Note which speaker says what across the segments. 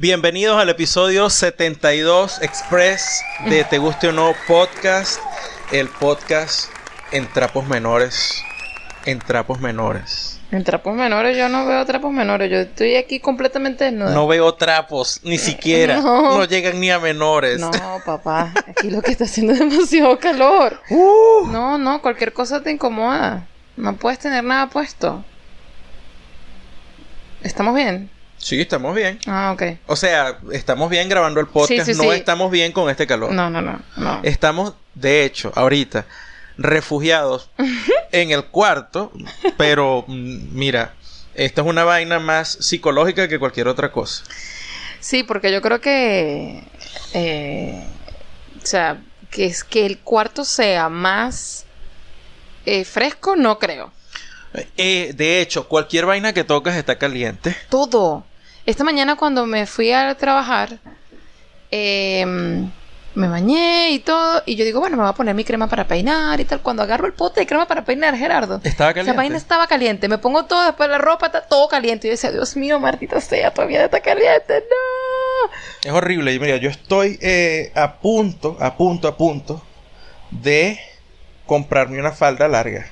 Speaker 1: Bienvenidos al episodio 72 Express de Te Guste o No Podcast, el podcast en trapos menores. En trapos menores.
Speaker 2: En trapos menores yo no veo trapos menores, yo estoy aquí completamente desnuda.
Speaker 1: No veo trapos, ni siquiera. No,
Speaker 2: no.
Speaker 1: llegan ni a menores.
Speaker 2: No, papá, aquí lo que está haciendo es demasiado calor.
Speaker 1: Uh,
Speaker 2: No, no, cualquier cosa te incomoda. No puedes tener nada puesto. ¿Estamos bien?
Speaker 1: sí, estamos bien.
Speaker 2: Ah, ok.
Speaker 1: O sea, estamos bien grabando el podcast,
Speaker 2: Sí, sí,
Speaker 1: no
Speaker 2: sí.
Speaker 1: estamos bien con este calor.
Speaker 2: No, no, no, no.
Speaker 1: Estamos, de hecho, ahorita refugiados en el cuarto, pero mm, mira, esta es una vaina más psicológica que cualquier otra cosa.
Speaker 2: Sí, porque yo creo que... eh, o sea, que es que el cuarto sea más eh, fresco, no creo.
Speaker 1: Eh, de hecho, cualquier vaina que tocas está caliente.
Speaker 2: todo. Esta mañana cuando me fui a trabajar, em, me bañé y todo, y yo digo, bueno, me voy a poner mi crema para peinar y tal. Cuando agarro el pote de crema para peinar, Gerardo,
Speaker 1: Estaba
Speaker 2: la vaina
Speaker 1: caliente.
Speaker 2: estaba caliente. Me pongo todo, después la ropa está todo caliente. Y yo decía, Dios mío, Martita sea, todavía está caliente. No.
Speaker 1: Es horrible. Y mira, yo estoy eh, a punto, a punto, a punto de comprarme una falda larga.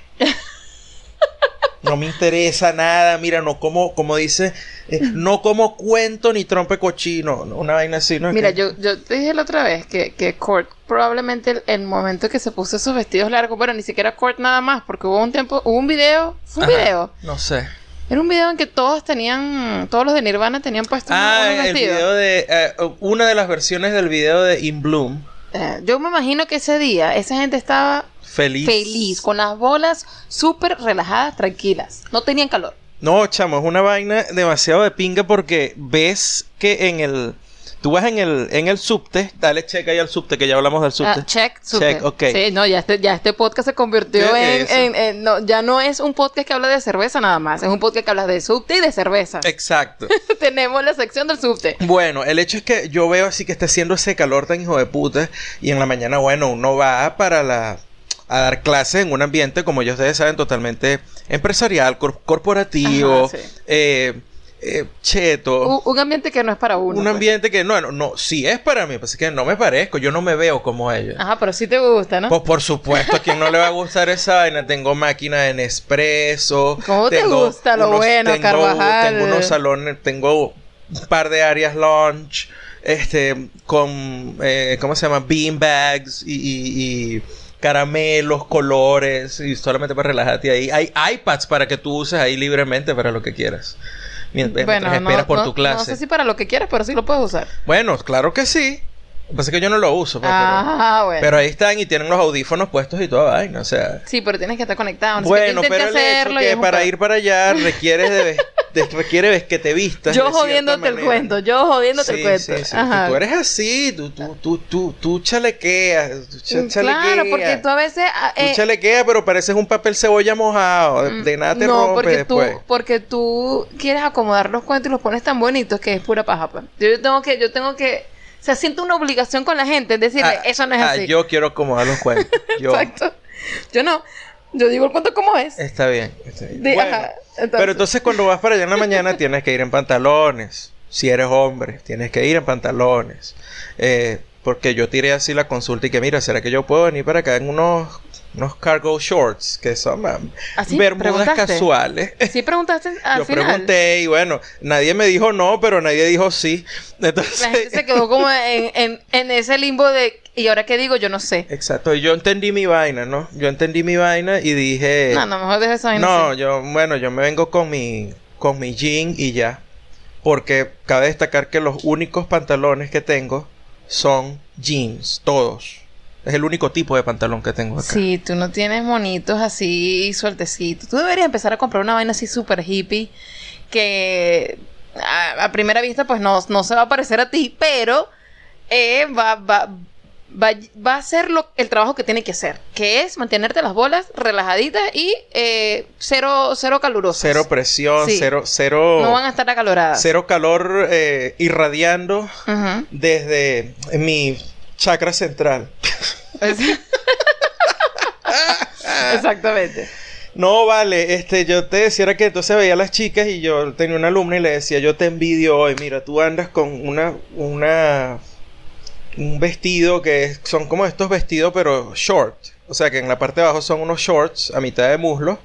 Speaker 1: No me interesa nada, mira, no como, como dice, eh, no como cuento ni trompe cochino, una vaina así, ¿no?
Speaker 2: Mira,
Speaker 1: Que-
Speaker 2: yo, yo te dije la otra vez que, que Kurt probablemente el, el momento que se puso esos vestidos largos, bueno, ni siquiera Kurt nada más, porque hubo un tiempo, hubo un video, fue un
Speaker 1: Ajá.
Speaker 2: video.
Speaker 1: No sé.
Speaker 2: Era un video en que todos tenían, todos los de Nirvana tenían puestos
Speaker 1: Ah,
Speaker 2: unos
Speaker 1: el
Speaker 2: vestidos.
Speaker 1: video de. eh, una de las versiones del video de In Bloom.
Speaker 2: Eh, yo me imagino que ese día esa gente estaba
Speaker 1: Feliz.
Speaker 2: feliz, con las bolas súper relajadas, tranquilas. No tenían calor.
Speaker 1: No, chamo, es una vaina demasiado de pinga porque ves que en el. Tú vas en el, en el subte, dale check ahí al subte, que ya hablamos del subte.
Speaker 2: Ah, check, súper.
Speaker 1: Check, ok.
Speaker 2: Sí, no, ya este, ya este podcast se convirtió
Speaker 1: ¿Qué
Speaker 2: en,
Speaker 1: es eso?
Speaker 2: en- en- no, ya no es un podcast que habla de cerveza nada más, es un podcast que habla de subte y de cerveza.
Speaker 1: Exacto.
Speaker 2: Tenemos la sección del subte.
Speaker 1: Bueno, el hecho es que yo veo así que está haciendo ese calor tan hijo de puta y en la mañana, bueno, uno va para la a dar clases en un ambiente como ya ustedes saben totalmente empresarial, cor- corporativo,
Speaker 2: Ajá, sí. Uh,
Speaker 1: eh, eh, cheto.
Speaker 2: Un, un ambiente que no es para uno.
Speaker 1: un
Speaker 2: pues.
Speaker 1: ambiente que no, no, no, sí es para mí, pues es que no me parezco, yo no me veo como ella.
Speaker 2: Ajá, pero sí te gusta, ¿no?
Speaker 1: Pues por supuesto, a quien no le va a gustar esa vaina, tengo máquina de Nespresso.
Speaker 2: ¿Cómo te
Speaker 1: tengo
Speaker 2: gusta lo bueno,
Speaker 1: tengo-
Speaker 2: Carvajal?
Speaker 1: Tengo unos salones, tengo un par de áreas lunch, este, con, eh, ¿cómo se llama? Beanbags y, y- y caramelos, colores, y solamente para relajarte ahí. Hay iPads para que tú uses ahí libremente para lo que quieras. Mien- Mientras, esperas por tu clase.
Speaker 2: no sé si para lo que quieras, pero sí lo puedes usar.
Speaker 1: Bueno, claro que sí. Lo que pasa es que yo no lo uso. pues, pero-
Speaker 2: ah, bueno.
Speaker 1: pero, ahí están y tienen los audífonos puestos y toda vaina. O sea.
Speaker 2: Sí, pero tienes que estar conectado. No
Speaker 1: bueno,
Speaker 2: sé qué, yo intenté
Speaker 1: pero el hecho
Speaker 2: hacerlo y es
Speaker 1: que
Speaker 2: un
Speaker 1: para
Speaker 2: pedo.
Speaker 1: ir para allá requiere de, ves- de- requiere ves que te vistas. de
Speaker 2: Yo
Speaker 1: cierta
Speaker 2: jodiéndote el
Speaker 1: manera.
Speaker 2: cuento, yo jodiéndote el
Speaker 1: Sí,
Speaker 2: cuento.
Speaker 1: sí, sí.
Speaker 2: Ajá.
Speaker 1: Tú eres así, tú, tú, tú, tú, tú chalequeas. Tú cha-
Speaker 2: Mm, Claro,
Speaker 1: chalequeas.
Speaker 2: porque tú a veces. ah,
Speaker 1: Tú
Speaker 2: eh, mm,
Speaker 1: chalequeas, pero pareces un papel cebolla mojado. De, de nada te
Speaker 2: no,
Speaker 1: rompe
Speaker 2: porque
Speaker 1: después.
Speaker 2: tú, porque tú quieres acomodar los cuentos y los pones tan bonitos que es pura paja. pa. Yo tengo que, yo tengo que, o sea, siento una obligación con la gente en decirle,
Speaker 1: Ah,
Speaker 2: eso no es
Speaker 1: ah,
Speaker 2: así.
Speaker 1: yo quiero acomodar los cuentos. Yo.
Speaker 2: Exacto. Yo no, yo digo el cuento como es.
Speaker 1: Está bien. Está bien.
Speaker 2: De-
Speaker 1: Bueno,
Speaker 2: ajá, entonces-
Speaker 1: Pero entonces cuando vas para allá en la mañana tienes que ir en pantalones. Si eres hombre, tienes que ir en pantalones. Eh, porque yo tiré así la consulta y que mira, ¿será que yo puedo venir para acá en unos, unos cargo shorts? Que son ah,
Speaker 2: ¿Ah, sí?
Speaker 1: bermudas
Speaker 2: ¿Preguntaste?
Speaker 1: casuales.
Speaker 2: Sí preguntaste Ah, al
Speaker 1: yo
Speaker 2: final.
Speaker 1: pregunté y bueno, nadie me dijo no, pero nadie dijo sí. Entonces...
Speaker 2: La gente se quedó como en, en, en ese limbo de, ¿y ahora qué digo? Yo no sé.
Speaker 1: Exacto, y yo entendí mi vaina, ¿no? Yo entendí mi vaina y dije...
Speaker 2: No, no, mejor deja esa vaina
Speaker 1: Eh, No,
Speaker 2: así.
Speaker 1: yo, bueno, yo me vengo con mi, con mi jean y ya. Porque cabe destacar que los únicos pantalones que tengo son jeans, todos. Es el único tipo de pantalón que tengo acá.
Speaker 2: Sí, tú no tienes monitos así sueltecitos. Tú deberías empezar a comprar una vaina así súper hippie que a, a primera vista pues no, no se va a parecer a ti, pero eh, va, va, va, va a hacer lo, el trabajo que tiene que hacer, que es mantenerte las bolas relajaditas y eh, cero, cero calurosas.
Speaker 1: Cero presión,
Speaker 2: Sí.
Speaker 1: cero, cero,
Speaker 2: no van a estar acaloradas.
Speaker 1: cero calor eh, irradiando
Speaker 2: Ujú.
Speaker 1: desde mi chakra central.
Speaker 2: Es- Exactamente.
Speaker 1: No, vale, este, yo te decía era que entonces veía a las chicas y yo tenía una alumna y le decía, yo te envidio hoy, mira, tú andas con una, una, un vestido que es- son como estos vestidos, pero short. O sea, que en la parte de abajo son unos shorts a mitad de muslo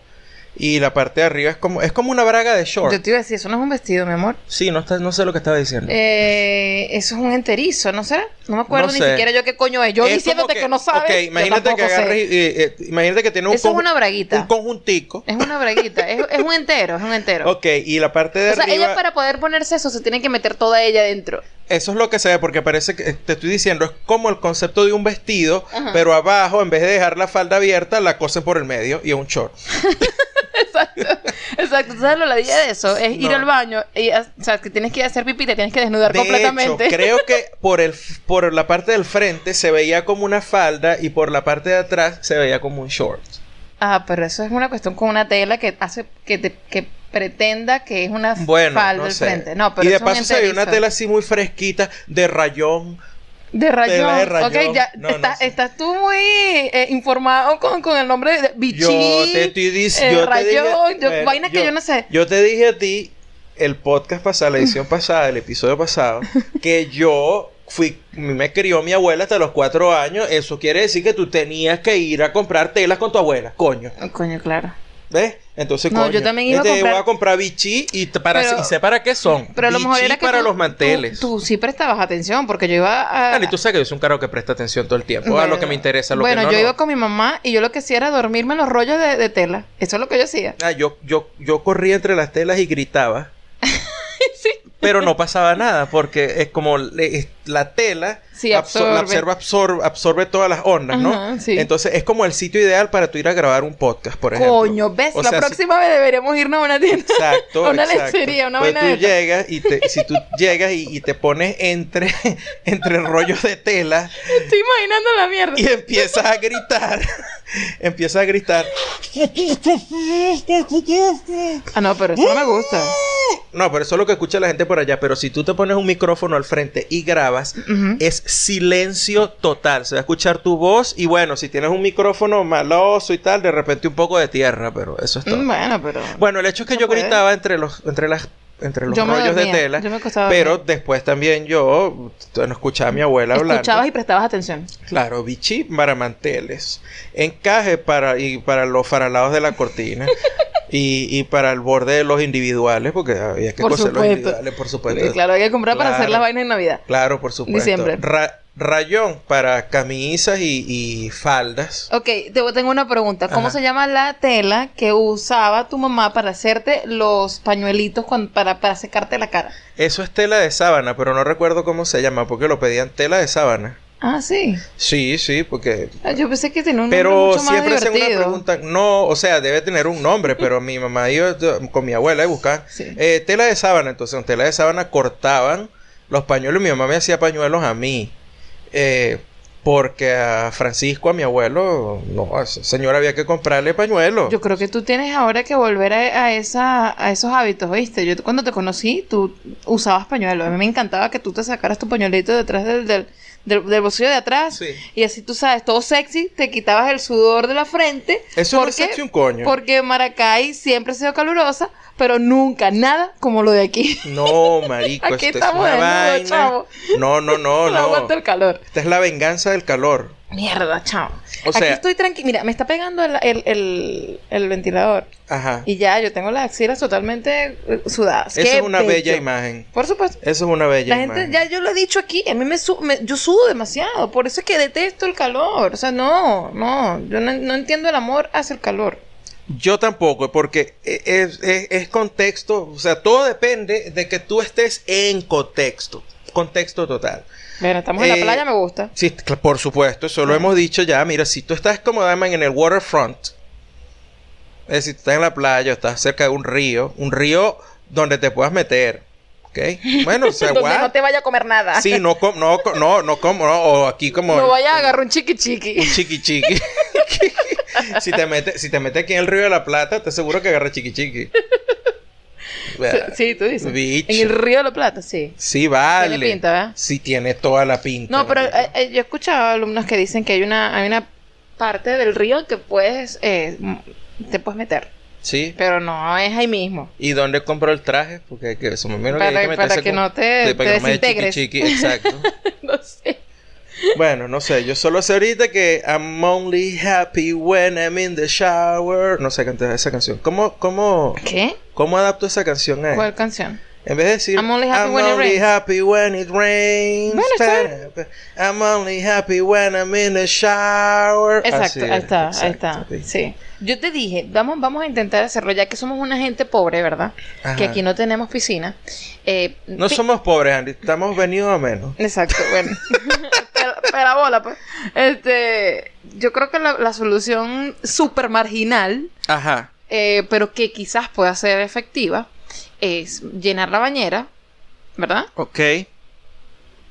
Speaker 1: y la parte de arriba es como, es como una braga de short.
Speaker 2: Yo te iba a decir, eso no es un vestido, mi amor.
Speaker 1: Sí, no, está, no sé lo que estaba diciendo.
Speaker 2: Eh, eso es un enterizo, ¿no será? No me acuerdo
Speaker 1: No
Speaker 2: ni
Speaker 1: sé.
Speaker 2: siquiera yo qué coño es. Yo
Speaker 1: Es
Speaker 2: diciéndote
Speaker 1: como
Speaker 2: que, no sabes.
Speaker 1: ok,
Speaker 2: yo
Speaker 1: imagínate que
Speaker 2: tampoco sé.
Speaker 1: agarres y- y- eh, imagínate que tiene un,
Speaker 2: Eso es
Speaker 1: conju-
Speaker 2: una braguita.
Speaker 1: un conjuntico.
Speaker 2: Es una braguita. es, es un entero, es un entero.
Speaker 1: Ok, y la parte de
Speaker 2: o sea,
Speaker 1: arriba.
Speaker 2: ella para poder ponerse eso se tiene que meter toda ella dentro.
Speaker 1: Eso es lo que se ve, porque parece que eh, te estoy diciendo, es como el concepto de un vestido,
Speaker 2: Ajá.
Speaker 1: pero abajo, en vez de dejar la falda abierta, la cosen por el medio y es un short.
Speaker 2: Exacto. Exacto. ¿Tú sabes lo ladilla de eso? Es ir
Speaker 1: No.
Speaker 2: al baño. Y, ha- o sea, que tienes que ir a hacer pipí, te tienes que desnudar
Speaker 1: De
Speaker 2: completamente.
Speaker 1: hecho, creo que por, el, por la parte del frente se veía como una falda y por la parte de atrás se veía como un short.
Speaker 2: Ah, pero eso es una cuestión con una tela que hace que, te- que pretenda que es una
Speaker 1: Bueno,
Speaker 2: falda
Speaker 1: no
Speaker 2: al
Speaker 1: sé.
Speaker 2: frente. No, pero
Speaker 1: y de
Speaker 2: eso es un
Speaker 1: paso se veía una
Speaker 2: enterizo.
Speaker 1: tela así muy fresquita, de rayón.
Speaker 2: De rayón.
Speaker 1: Tela de rayón.
Speaker 2: Ok, ya
Speaker 1: No, no
Speaker 2: estás,
Speaker 1: sé.
Speaker 2: estás tú muy eh, informado con, con el nombre de bichí.
Speaker 1: Yo te estoy
Speaker 2: eh,
Speaker 1: diciendo.
Speaker 2: rayón, yo- vaina que yo no sé.
Speaker 1: Yo te dije a ti, el podcast pasado, la edición pasada, el episodio pasado, que yo fui. Me crió mi abuela hasta los cuatro años. Eso quiere decir que tú tenías que ir a comprar telas con tu abuela, coño.
Speaker 2: Oh, Coño, claro.
Speaker 1: ¿Ves? Entonces,
Speaker 2: No,
Speaker 1: coño.
Speaker 2: yo también iba a
Speaker 1: este,
Speaker 2: comprar-
Speaker 1: voy a comprar bichí y, t- para,
Speaker 2: Pero-
Speaker 1: y sé para qué son.
Speaker 2: Pero a lo mejor
Speaker 1: Bichí
Speaker 2: era que
Speaker 1: para
Speaker 2: tú-
Speaker 1: los manteles.
Speaker 2: Tú, tú sí prestabas atención porque yo iba a...
Speaker 1: Dani, tú sabes que yo soy un caro que presta atención todo el tiempo a lo
Speaker 2: Bueno,
Speaker 1: que me interesa, a lo
Speaker 2: Bueno,
Speaker 1: que no.
Speaker 2: yo
Speaker 1: no.
Speaker 2: iba con mi mamá y yo lo que hacía era dormirme en los rollos de, de tela. Eso es lo que yo hacía.
Speaker 1: Ah, yo, yo, yo corría entre las telas y gritaba.
Speaker 2: Sí.
Speaker 1: Pero no pasaba nada, porque es como le- es- la tela
Speaker 2: Sí,
Speaker 1: absor- la
Speaker 2: absorbe.
Speaker 1: observa- absor- absorbe todas las ondas, ¿no?
Speaker 2: Ajá, sí.
Speaker 1: Entonces es como el sitio ideal para tú ir a grabar un podcast, por ejemplo.
Speaker 2: Coño, ves,
Speaker 1: O
Speaker 2: la
Speaker 1: sea, si-
Speaker 2: próxima vez deberíamos irnos a una tienda.
Speaker 1: Exacto,
Speaker 2: Una
Speaker 1: exacto.
Speaker 2: lencería, una
Speaker 1: Pues
Speaker 2: vaina de
Speaker 1: tú
Speaker 2: esta.
Speaker 1: llegas y te, si tú llegas y, y te pones entre, entre rollos de tela
Speaker 2: Estoy imaginando la mierda.
Speaker 1: y empiezas a gritar, empiezas a gritar.
Speaker 2: Ah, no, pero eso no me gusta.
Speaker 1: No, pero eso es lo que escucha la gente por allá. Pero si tú te pones un micrófono al frente y grabas,
Speaker 2: Ujú.
Speaker 1: es silencio total. Se va a escuchar tu voz y bueno, si tienes un micrófono maloso y tal, de repente un poco de tierra, pero eso es todo.
Speaker 2: Mm, Bueno, pero...
Speaker 1: Bueno, el hecho es que
Speaker 2: Se
Speaker 1: yo
Speaker 2: puede.
Speaker 1: gritaba entre los, entre las, entre los
Speaker 2: Yo me
Speaker 1: rollos de
Speaker 2: dormía,
Speaker 1: tela,
Speaker 2: yo me acostaba a
Speaker 1: pero
Speaker 2: dormir.
Speaker 1: después también yo no escuchaba a mi abuela hablar.
Speaker 2: Escuchabas y prestabas atención.
Speaker 1: Claro, bichi para manteles, encaje para y para los faralados de la cortina. Y, y para el borde de los individuales, porque había que
Speaker 2: Por
Speaker 1: coser los
Speaker 2: supuesto.
Speaker 1: individuales, por
Speaker 2: Porque,
Speaker 1: supuesto.
Speaker 2: claro, hay que comprar para hacer
Speaker 1: Pues, Claro.
Speaker 2: las vainas en Navidad.
Speaker 1: Claro, por supuesto.
Speaker 2: Diciembre.
Speaker 1: Ra- rayón para camisas y, y faldas.
Speaker 2: Ok, te- tengo una pregunta. ¿Cómo
Speaker 1: Ajá.
Speaker 2: se llama la tela que usaba tu mamá para hacerte los pañuelitos cuan- para, para secarte la cara?
Speaker 1: Eso es tela de sábana, pero no recuerdo cómo se llama, porque lo pedían tela de sábana.
Speaker 2: Ah, sí.
Speaker 1: Sí, sí, porque...
Speaker 2: Ah, Yo pensé que tenía un nombre
Speaker 1: Pero
Speaker 2: mucho más
Speaker 1: siempre hacen una
Speaker 2: divertido.
Speaker 1: pregunta, no, o sea, debe tener un nombre, pero mi mamá y yo yo, con mi abuela y buscaban
Speaker 2: Sí.
Speaker 1: eh, tela de sábana, entonces con tela de sábana cortaban los pañuelos, mi mamá me hacía pañuelos a mí, eh, porque a Francisco, a mi abuelo, no, a esa señora había que comprarle pañuelos.
Speaker 2: Yo creo que tú tienes ahora que volver a, a esa, a esos hábitos, ¿viste? Yo t- cuando te conocí, tú usabas pañuelo. A mí me encantaba que tú te sacaras tu pañuelito detrás del, del, del- del bolsillo de atrás.
Speaker 1: Sí.
Speaker 2: Y así tú sabes, todo sexy, te quitabas el sudor de la frente.
Speaker 1: Eso no es sexy un coño.
Speaker 2: Porque Maracay siempre ha sido calurosa, pero nunca nada como lo de aquí.
Speaker 1: No, marico,
Speaker 2: Aquí
Speaker 1: esto
Speaker 2: estamos
Speaker 1: es una vaina.
Speaker 2: desnudos, chavo.
Speaker 1: No, no, no,
Speaker 2: No,
Speaker 1: no.
Speaker 2: aguanto el calor.
Speaker 1: Esta es la venganza del calor.
Speaker 2: Mierda, chao.
Speaker 1: O
Speaker 2: Aquí
Speaker 1: sea-
Speaker 2: estoy tranquila. Mira, me está pegando el, el- el- el ventilador.
Speaker 1: Ajá.
Speaker 2: Y ya, yo tengo las axilas totalmente eh, sudadas.
Speaker 1: Esa
Speaker 2: Qué
Speaker 1: es una
Speaker 2: bello.
Speaker 1: bella imagen.
Speaker 2: Por supuesto.
Speaker 1: Eso es una bella
Speaker 2: La gente,
Speaker 1: imagen.
Speaker 2: ya yo lo he dicho aquí, a mí me, su- me- yo sudo demasiado, por eso es que detesto el calor, o sea, no, no, yo no, no entiendo el amor hacia el calor.
Speaker 1: Yo tampoco, porque e, es, es- es contexto, o sea, todo depende de que tú estés en contexto. Contexto total.
Speaker 2: Bueno, estamos en
Speaker 1: Eh,
Speaker 2: la playa, me gusta.
Speaker 1: Sí, cl- por supuesto, eso lo hemos dicho ya. Mira, si tú estás como Diamond en el waterfront, es decir, estás en la playa, estás cerca de un río, un río donde te puedas meter, ¿ok? Bueno, o sea,
Speaker 2: Donde
Speaker 1: what?
Speaker 2: no te vaya a comer nada.
Speaker 1: Sí, no, com- no, co- no, no como, no, o aquí como
Speaker 2: No
Speaker 1: un
Speaker 2: vaya a agarrar un chiqui chiqui.
Speaker 1: chiqui chiqui. si te metes si te metes aquí en el Río de la Plata, te seguro que agarra chiqui chiqui.
Speaker 2: Sí, tú dices.
Speaker 1: Bicho.
Speaker 2: En el Río de la Plata, sí.
Speaker 1: Sí, vale.
Speaker 2: Tiene pinta, ¿verdad?
Speaker 1: Sí, tiene toda la pinta.
Speaker 2: No, pero
Speaker 1: marico.
Speaker 2: eh, eh, yo he escuchado alumnos que dicen que hay una, hay una parte del río que puedes eh, m- te puedes meter.
Speaker 1: Sí.
Speaker 2: Pero no es ahí mismo.
Speaker 1: ¿Y dónde compro el traje? Porque hay que, eso me imagino
Speaker 2: Para-
Speaker 1: que hay que
Speaker 2: para
Speaker 1: meterse
Speaker 2: que
Speaker 1: como-
Speaker 2: no te-
Speaker 1: Sí, para
Speaker 2: te
Speaker 1: que no me dé
Speaker 2: desintegres.
Speaker 1: chiqui, chiqui, exacto.
Speaker 2: no sé.
Speaker 1: Bueno, no sé, yo solo sé ahorita que I'm only happy when I'm in the shower. No sé cantar esa canción. ¿Cómo, cómo,
Speaker 2: ¿Qué?
Speaker 1: cómo adapto esa canción a
Speaker 2: ¿Cuál canción?
Speaker 1: En vez de decir
Speaker 2: I'm only happy when it
Speaker 1: only
Speaker 2: rains".
Speaker 1: happy when it rains,
Speaker 2: Bueno, está
Speaker 1: I'm only happy when I'm in the shower. Así
Speaker 2: Exacto, ahí
Speaker 1: es,
Speaker 2: está, ahí está.
Speaker 1: exacto, sí.
Speaker 2: Sí. Yo te dije, vamos, vamos a intentar hacerlo, ya que somos una gente pobre, ¿verdad?
Speaker 1: Ajá.
Speaker 2: Que aquí no tenemos piscina. Eh,
Speaker 1: No
Speaker 2: pi-
Speaker 1: somos pobres, Andy, estamos venidos a menos.
Speaker 2: Exacto, bueno. Pela- Pela bola, pues. Este, yo creo que la, la solución súper marginal,
Speaker 1: Ajá.
Speaker 2: eh, pero que quizás pueda ser efectiva, es llenar la bañera, ¿verdad?
Speaker 1: Ok.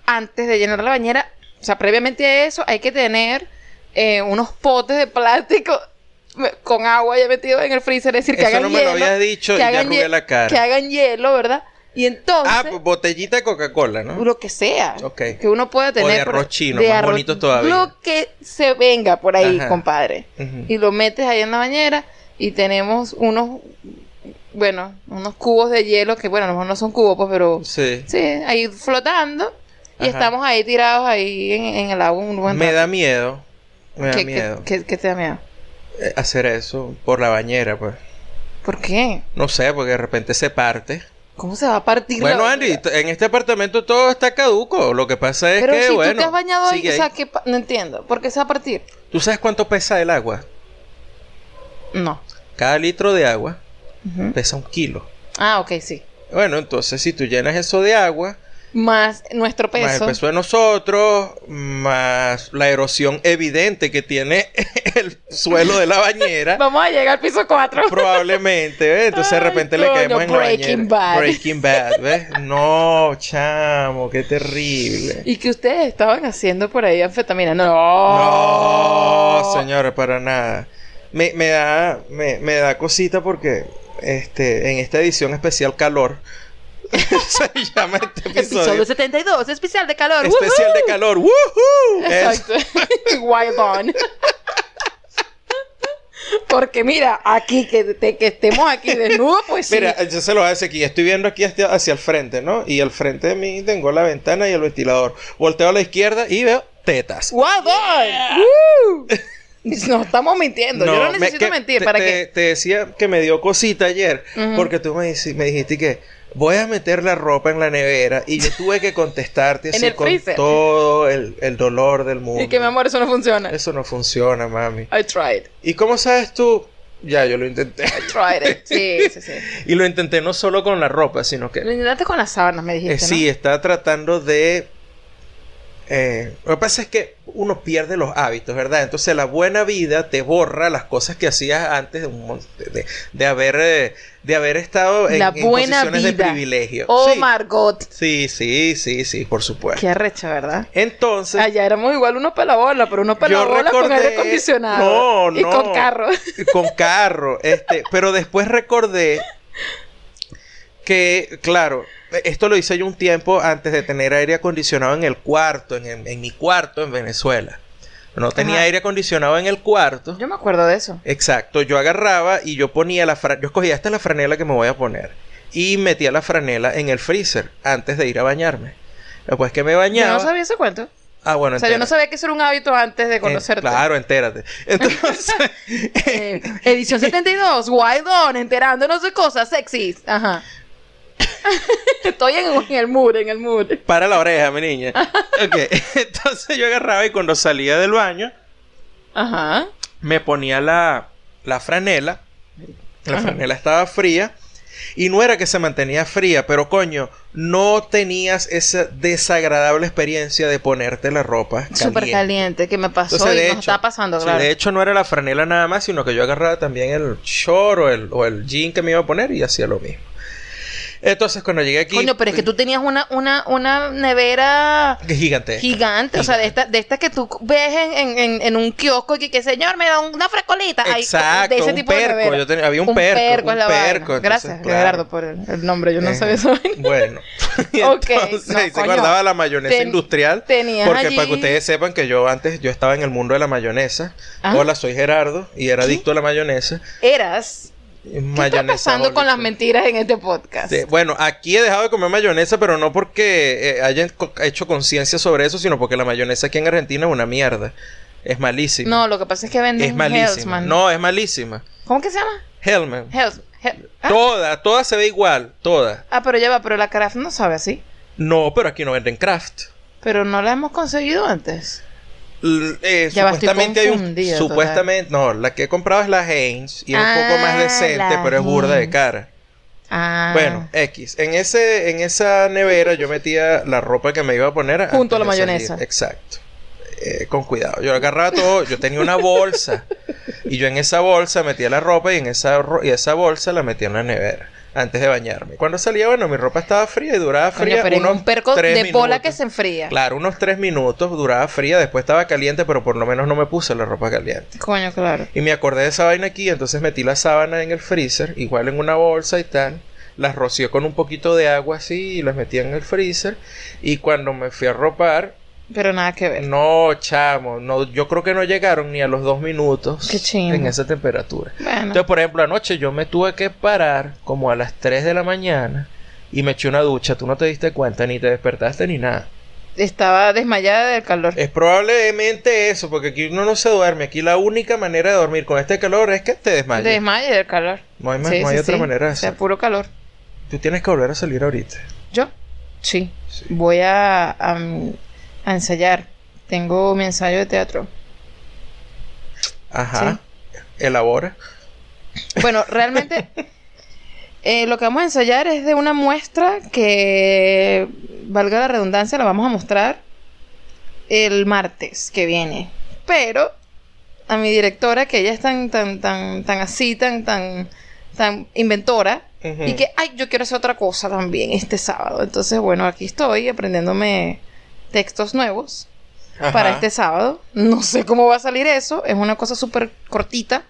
Speaker 2: antes de llenar la bañera, o sea, previamente a eso hay que tener eh, unos potes de plástico me- con agua ya metido en el freezer, es decir, que
Speaker 1: Eso
Speaker 2: hagan
Speaker 1: no me lo
Speaker 2: hielo.
Speaker 1: habías dicho y ya arrugué
Speaker 2: hie-
Speaker 1: la cara.
Speaker 2: Que hagan hielo, ¿verdad? Y entonces,
Speaker 1: Ah, pues botellita de Coca-Cola, ¿no?
Speaker 2: lo que sea
Speaker 1: Ok.
Speaker 2: que uno pueda tener.
Speaker 1: de
Speaker 2: por-
Speaker 1: arroz chino, más
Speaker 2: arroz-
Speaker 1: bonito todavía.
Speaker 2: Lo que se venga por ahí,
Speaker 1: Ajá.
Speaker 2: compadre.
Speaker 1: Ujú.
Speaker 2: Y lo metes ahí en la bañera y tenemos unos, bueno, unos cubos de hielo que, bueno, a lo mejor no son cubos, pues, pero
Speaker 1: Sí.
Speaker 2: Sí, ahí flotando. Y
Speaker 1: Ajá.
Speaker 2: estamos ahí tirados ahí en, en el agua un buen
Speaker 1: Me
Speaker 2: rato.
Speaker 1: da miedo. Me da
Speaker 2: ¿Qué- qué-
Speaker 1: miedo
Speaker 2: qué- qué te da miedo?
Speaker 1: eh, hacer eso por la bañera, pues.
Speaker 2: ¿Por qué?
Speaker 1: No sé, porque de repente se parte.
Speaker 2: ¿Cómo se va a partir
Speaker 1: Bueno,
Speaker 2: la-
Speaker 1: Andy, t- en este apartamento todo está caduco. Lo que pasa es
Speaker 2: Pero
Speaker 1: que,
Speaker 2: si
Speaker 1: bueno.
Speaker 2: tú te has bañado ahí,
Speaker 1: sigue
Speaker 2: o sea, que pa- no entiendo. ¿Por qué se va a partir?
Speaker 1: ¿Tú sabes cuánto pesa el agua?
Speaker 2: No.
Speaker 1: Cada litro de agua
Speaker 2: Ujú.
Speaker 1: pesa un kilo.
Speaker 2: Ah, ok, sí.
Speaker 1: Bueno, entonces si tú llenas eso de agua,
Speaker 2: Más nuestro peso.
Speaker 1: más el peso de nosotros, más la erosión evidente que tiene el suelo de la bañera,
Speaker 2: Vamos a llegar al piso 4.
Speaker 1: Probablemente, ¿ves? Entonces de
Speaker 2: Ay,
Speaker 1: repente le
Speaker 2: coño,
Speaker 1: caemos en la
Speaker 2: Breaking
Speaker 1: bañera.
Speaker 2: Bad.
Speaker 1: Breaking Bad, ¿ves? No, chamo, qué terrible.
Speaker 2: ¿Y que ustedes estaban haciendo por ahí anfetamina? No. Oh.
Speaker 1: No, señora, para nada. Me, me da, me, me da cosita porque este, en esta edición especial calor se llama este episodio.
Speaker 2: Episodio 72, especial de calor.
Speaker 1: Especial de calor. ¡Woohoo! Es-
Speaker 2: Exacto. Wild on. Porque mira, aquí que, te- que estemos aquí desnudos, pues sí.
Speaker 1: Mira, yo se lo hace aquí. Estoy viendo aquí hacia, hacia el frente, ¿no? Y al frente de mí tengo la ventana y el ventilador. Volteo a la izquierda y veo tetas.
Speaker 2: Wild on. Woo. No estamos mintiendo. Yo no
Speaker 1: me-
Speaker 2: necesito
Speaker 1: que
Speaker 2: mentir
Speaker 1: te-
Speaker 2: para
Speaker 1: te,
Speaker 2: que.
Speaker 1: Te dijera que me dio cosita ayer,
Speaker 2: Ujú.
Speaker 1: porque tú me, dici- me dijiste que voy a meter la ropa en la nevera y yo tuve que contestarte
Speaker 2: En
Speaker 1: así
Speaker 2: el
Speaker 1: con
Speaker 2: freezer.
Speaker 1: todo el, el dolor del mundo.
Speaker 2: Y que mi amor, eso no funciona.
Speaker 1: Eso no funciona, mami.
Speaker 2: I tried.
Speaker 1: ¿Y cómo sabes tú? Ya, yo lo intenté.
Speaker 2: I tried it. Sí, sí, sí.
Speaker 1: Y lo intenté no solo con la ropa, sino que...
Speaker 2: Lo intentaste con las sábanas, me dijiste.
Speaker 1: eh, sí, está tratando de... eh, lo que pasa es que uno pierde los hábitos, ¿verdad? Entonces la buena vida te borra las cosas que hacías antes de, un mon- de, de haber, eh, de haber estado
Speaker 2: ¿no?
Speaker 1: en,
Speaker 2: La
Speaker 1: en
Speaker 2: buena
Speaker 1: posiciones
Speaker 2: vida.
Speaker 1: de privilegio.
Speaker 2: Oh,
Speaker 1: sí.
Speaker 2: Margot.
Speaker 1: sí, sí, sí, sí, por supuesto.
Speaker 2: Qué arrecho, ¿verdad?
Speaker 1: Entonces,
Speaker 2: Allá éramos igual unos pelabola, pero unos pelabola con
Speaker 1: recordé-
Speaker 2: aire acondicionado.
Speaker 1: No,
Speaker 2: Y
Speaker 1: no.
Speaker 2: con carro.
Speaker 1: con carro, este, pero después recordé que, claro, esto lo hice yo un tiempo antes de tener aire acondicionado en el cuarto, en, el- en mi cuarto en Venezuela. No tenía
Speaker 2: Ajá.
Speaker 1: aire acondicionado en el cuarto.
Speaker 2: Yo me acuerdo de eso.
Speaker 1: Exacto, yo agarraba y yo ponía la franela, yo escogía esta es la franela que me voy a poner y metía la franela en el freezer antes de ir a bañarme. Después que me
Speaker 2: Yo
Speaker 1: bañaba,
Speaker 2: no sabía ese cuento.
Speaker 1: ah bueno,
Speaker 2: O sea, yo no
Speaker 1: entérate.
Speaker 2: sabía que eso era un hábito antes de
Speaker 1: Eh,
Speaker 2: conocerte.
Speaker 1: claro, entérate. Entonces,
Speaker 2: Eh, edición 72, Wild On, enterándonos de cosas sexys. Ajá. Estoy en, en el mood, en el mood.
Speaker 1: Para la oreja, mi niña. Ok, entonces yo agarraba y cuando salía del baño
Speaker 2: Ajá.
Speaker 1: me ponía la, la franela. La franela estaba fría. Y no era que se mantenía fría, pero coño, no tenías esa desagradable experiencia de ponerte la ropa caliente.
Speaker 2: Súper caliente, que me pasó
Speaker 1: Entonces,
Speaker 2: y
Speaker 1: de
Speaker 2: nos
Speaker 1: hecho-
Speaker 2: está pasando,
Speaker 1: sí,
Speaker 2: claro.
Speaker 1: De hecho, no era la franela nada más, sino que yo agarraba también el short o el, o el jean que me iba a poner y hacía lo mismo. Entonces, cuando llegué aquí.
Speaker 2: Coño, pero es que tú tenías una, una, una nevera
Speaker 1: Que Gigante.
Speaker 2: gigante, o sea, de esta, de esta que tú ves en, en- en- en un kiosco y que, que, señor me da una frescolita. Ahí,
Speaker 1: Exacto,
Speaker 2: de ese
Speaker 1: un
Speaker 2: tipo de
Speaker 1: perco,
Speaker 2: nevera.
Speaker 1: yo tenía- había un perco, un
Speaker 2: es la vaina.
Speaker 1: perco, entonces,
Speaker 2: Gracias,
Speaker 1: claro.
Speaker 2: Gerardo, por el, el nombre. Yo no
Speaker 1: Eh,
Speaker 2: sabía eso.
Speaker 1: Bueno. Y
Speaker 2: Ok,
Speaker 1: entonces
Speaker 2: no,
Speaker 1: ahí se
Speaker 2: coño.
Speaker 1: guardaba la mayonesa
Speaker 2: Ten-
Speaker 1: industrial.
Speaker 2: tenías
Speaker 1: Porque
Speaker 2: allí-
Speaker 1: para que ustedes sepan que yo antes, yo estaba en el mundo de la mayonesa.
Speaker 2: Ah.
Speaker 1: Hola, soy Gerardo y era adicto a la mayonesa.
Speaker 2: Eras. ¿Qué está pasando con las mentiras en este podcast?
Speaker 1: Sí, bueno, aquí he dejado de comer mayonesa, pero no porque eh, hayan co- hecho conciencia sobre eso, sino porque la mayonesa aquí en Argentina es una mierda. Es malísima.
Speaker 2: No, lo que pasa es que venden
Speaker 1: es malísima.
Speaker 2: Hellsman.
Speaker 1: No, es malísima.
Speaker 2: ¿Cómo que se llama?
Speaker 1: Hellman.
Speaker 2: Hells. Hel- ah,
Speaker 1: Toda, toda se ve igual, toda.
Speaker 2: ah, pero ya va, pero la craft no sabe así.
Speaker 1: No, pero aquí no venden craft.
Speaker 2: Pero no la hemos conseguido antes.
Speaker 1: L- eh,
Speaker 2: Ya va, estoy
Speaker 1: supuestamente hay un
Speaker 2: confundida total.
Speaker 1: supuestamente no la que he comprado es la Heinz y es un poco
Speaker 2: Ah,
Speaker 1: más decente
Speaker 2: la
Speaker 1: pero es burda de
Speaker 2: Heinz.
Speaker 1: cara
Speaker 2: Ah.
Speaker 1: bueno x en ese en esa nevera yo metía la ropa que me iba a poner antes
Speaker 2: Junto a la
Speaker 1: de salir.
Speaker 2: mayonesa.
Speaker 1: exacto Eh, con cuidado yo agarraba todo yo tenía una bolsa y yo en esa bolsa metía la ropa y en esa ro- y esa bolsa la metía en la nevera antes de bañarme cuando salía bueno mi ropa estaba fría y duraba
Speaker 2: Coño,
Speaker 1: fría
Speaker 2: pero en
Speaker 1: unos
Speaker 2: un perco de
Speaker 1: tres
Speaker 2: bola que
Speaker 1: minutos.
Speaker 2: se enfría.
Speaker 1: Claro, unos tres minutos duraba fría, después estaba caliente, pero por lo menos no me puse la ropa caliente.
Speaker 2: Coño, claro.
Speaker 1: Y me acordé de esa vaina aquí, entonces metí la sábana en el freezer, igual en una bolsa y tal. Las rocié con un poquito de agua así y las metí en el freezer. Y cuando me fui a ropar,
Speaker 2: Pero nada que ver.
Speaker 1: no, chamo, no, yo creo que no llegaron ni a los dos minutos
Speaker 2: Qué chimbo.
Speaker 1: en esa temperatura.
Speaker 2: Bueno.
Speaker 1: Entonces, por ejemplo, anoche yo me tuve que parar como a las 3 de la mañana y me eché una ducha. Tú no te diste cuenta, ni te despertaste ni nada.
Speaker 2: Estaba desmayada del calor.
Speaker 1: Es probablemente eso, porque aquí uno no se duerme. Aquí la única manera de dormir con este calor es que te desmayes.
Speaker 2: Desmaye del calor.
Speaker 1: no hay, más- no hay otra manera de
Speaker 2: O sea,
Speaker 1: hacer.
Speaker 2: puro calor.
Speaker 1: Tú tienes que volver a salir ahorita.
Speaker 2: ¿Yo? Sí.
Speaker 1: Sí.
Speaker 2: Voy a, a, a ensayar. Tengo mi ensayo de teatro.
Speaker 1: Ajá. Elabora.
Speaker 2: Bueno, realmente eh, lo que vamos a ensayar es de una muestra que, valga la redundancia, la vamos a mostrar el martes que viene. Pero a mi directora, que ella es tan, tan, tan, tan así, tan, tan, tan inventora,
Speaker 1: Ujú.
Speaker 2: y que, ay, yo quiero hacer otra cosa también este sábado. Entonces, bueno, aquí estoy aprendiéndome textos nuevos
Speaker 1: Ajá.
Speaker 2: para este sábado. No sé cómo va a salir eso. Es una cosa súper cortita.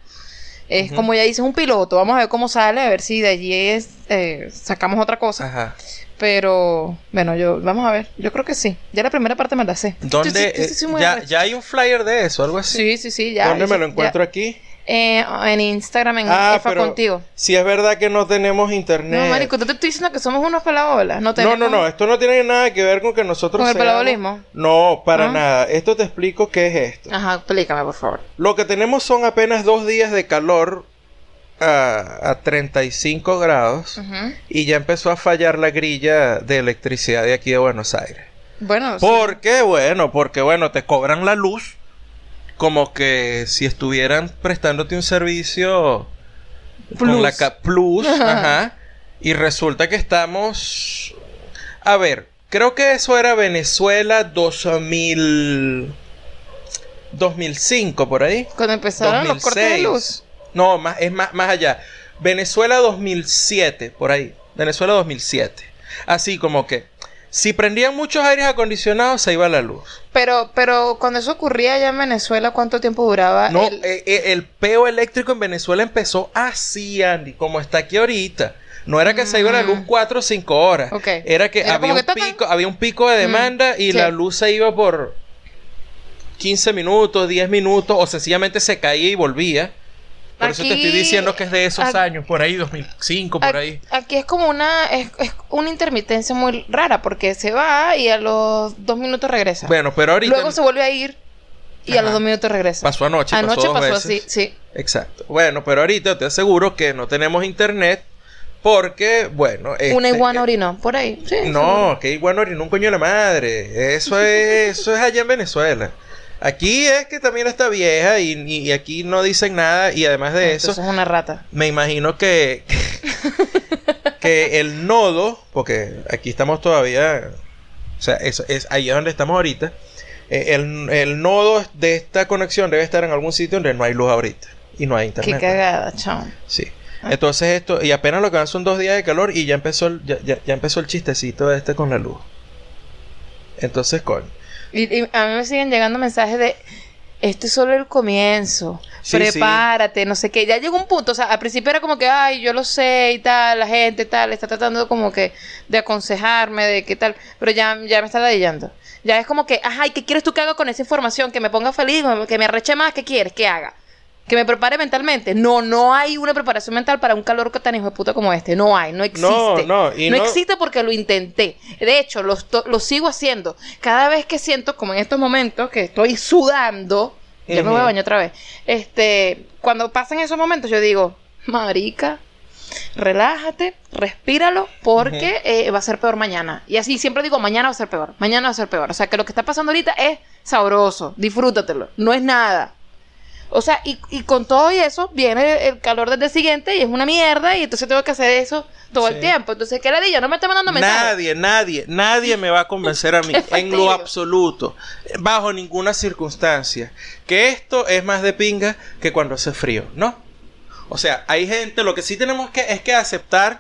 Speaker 2: Es
Speaker 1: Ujú.
Speaker 2: como ya dices, un piloto. Vamos a ver cómo sale, a ver si de allí es, eh, sacamos otra cosa.
Speaker 1: Ajá.
Speaker 2: Pero bueno, yo vamos a ver. Yo creo que sí. Ya la primera parte me la sé.
Speaker 1: ¿Dónde?
Speaker 2: Sí, sí, sí, sí,
Speaker 1: eh,
Speaker 2: muy
Speaker 1: ya,
Speaker 2: arrecho.
Speaker 1: ya hay un flyer de eso, algo así.
Speaker 2: Sí, sí, sí, ya.
Speaker 1: ¿Dónde
Speaker 2: ya,
Speaker 1: me lo encuentro
Speaker 2: ya.
Speaker 1: aquí?
Speaker 2: Eh, en Instagram, en
Speaker 1: Ah,
Speaker 2: Efa
Speaker 1: pero-
Speaker 2: Contigo.
Speaker 1: Si es verdad que no tenemos internet.
Speaker 2: No, marico, yo te estoy diciendo que somos unos pelabolas. No,
Speaker 1: No,
Speaker 2: tenemos-
Speaker 1: no, no, esto no tiene nada que ver con que nosotros
Speaker 2: ¿Con el Ah.
Speaker 1: seamos-
Speaker 2: pelabolismo?
Speaker 1: No, para
Speaker 2: ¿No?
Speaker 1: nada. Esto te explico qué es esto.
Speaker 2: Ajá, explícame, por favor.
Speaker 1: Lo que tenemos son apenas dos días de calor ah, a, a 35 grados
Speaker 2: Ujú.
Speaker 1: y ya empezó a fallar la grilla de electricidad de aquí de Buenos Aires.
Speaker 2: Bueno, sí.
Speaker 1: ¿Por qué? Bueno, porque bueno, te cobran la luz como que si estuvieran prestándote un servicio
Speaker 2: Plus.
Speaker 1: con la ca- plus, ajá, y resulta que estamos a ver, creo que eso era Venezuela 2000 2005 por ahí.
Speaker 2: cuando empezaron los cortes de luz.
Speaker 1: No, más, es más, más allá. Venezuela 2007, por ahí. Venezuela 2007. Así como que, si prendían muchos aires acondicionados, se iba la luz.
Speaker 2: Pero, pero cuando eso ocurría allá en Venezuela, ¿cuánto tiempo duraba?
Speaker 1: No,
Speaker 2: Ah, el-
Speaker 1: eh, eh, el, peo eléctrico en Venezuela empezó así, Andy, como está aquí ahorita. No era que se iba la luz
Speaker 2: Mm.
Speaker 1: 4 o 5 horas.
Speaker 2: Ok.
Speaker 1: Era que,
Speaker 2: Era
Speaker 1: había
Speaker 2: como
Speaker 1: un,
Speaker 2: que tocan.
Speaker 1: pico, había un pico de demanda y
Speaker 2: sí.
Speaker 1: la luz se iba por 15 minutos, 10 minutos, o sencillamente se caía y volvía. Por eso te estoy
Speaker 2: Aquí-
Speaker 1: diciendo que es de esos
Speaker 2: ac-
Speaker 1: años, por ahí, 2005, por ahí.
Speaker 2: Aquí, aquí es como una, es, es una intermitencia muy rara, porque se va y a los dos minutos regresa.
Speaker 1: Bueno, pero ahorita
Speaker 2: Luego se vuelve a ir y a
Speaker 1: Ajá.
Speaker 2: los dos minutos regresa.
Speaker 1: pasó anoche,
Speaker 2: Anoche
Speaker 1: pasó, dos
Speaker 2: pasó así,
Speaker 1: veces.
Speaker 2: sí.
Speaker 1: Exacto. Bueno, pero ahorita te aseguro que no tenemos internet porque, bueno...
Speaker 2: Una
Speaker 1: este-
Speaker 2: iguana orinó por ahí. Sí, seguro.
Speaker 1: No, que iguana orinó un coño de la madre. Eso es, eso es allá en Venezuela. Aquí es que también está vieja y, y aquí no dicen nada y además de eso...
Speaker 2: Ah, Entonces es una rata.
Speaker 1: Me imagino que, que el nodo, porque aquí estamos todavía, o sea, eso es ahí es donde estamos ahorita. eh, El, el nodo de esta conexión debe estar en algún sitio donde no hay luz ahorita y no hay internet. pues.
Speaker 2: Qué cagada, chao.
Speaker 1: Sí. Entonces esto, y apenas lo que van son dos días de calor y ya empezó el, ya, ya, ya empezó el chistecito este con la luz. Entonces, coño.
Speaker 2: Y, y a mí me siguen llegando mensajes de esto es solo el comienzo.
Speaker 1: Sí,
Speaker 2: Prepárate, no sé qué. Ya llegó un punto, o sea, al principio era como que, ay, yo lo sé y tal, la gente tal, está tratando como que de aconsejarme, de qué tal, pero ya, ya me está ladillando. Ya es como que, ajá, ¿y qué quieres tú que haga con esa información? Que me ponga feliz, que me arreche más, ¿qué quieres que haga? Que me prepare mentalmente. No, no hay una preparación mental para un calor tan hijo de puta como este. No hay, no existe.
Speaker 1: No, no, y no-
Speaker 2: existe porque lo intenté. De hecho, lo, esto- lo sigo haciendo. Cada vez que siento, como en estos momentos, que estoy sudando, yo me voy a
Speaker 1: Ujú.
Speaker 2: bañar otra vez. Este, cuando pasan esos momentos, yo digo, marica, relájate, respíralo, porque eh, va a ser peor mañana. Y así siempre digo, mañana va a ser peor, mañana va a ser peor. O sea, que lo que está pasando ahorita es sabroso, disfrútatelo, no es nada. O sea, y, y con todo y eso viene el calor del día siguiente y es una mierda y entonces tengo que hacer eso todo el
Speaker 1: Sí.
Speaker 2: tiempo. Entonces, ¿qué le digo? No me está mandando mensajes.
Speaker 1: Nadie, nadie, nadie me va a convencer a mí,
Speaker 2: Qué
Speaker 1: en
Speaker 2: fastidio.
Speaker 1: lo absoluto, bajo ninguna circunstancia, que esto es más de pinga que cuando hace frío, ¿no? O sea, hay gente, lo que sí tenemos que es que aceptar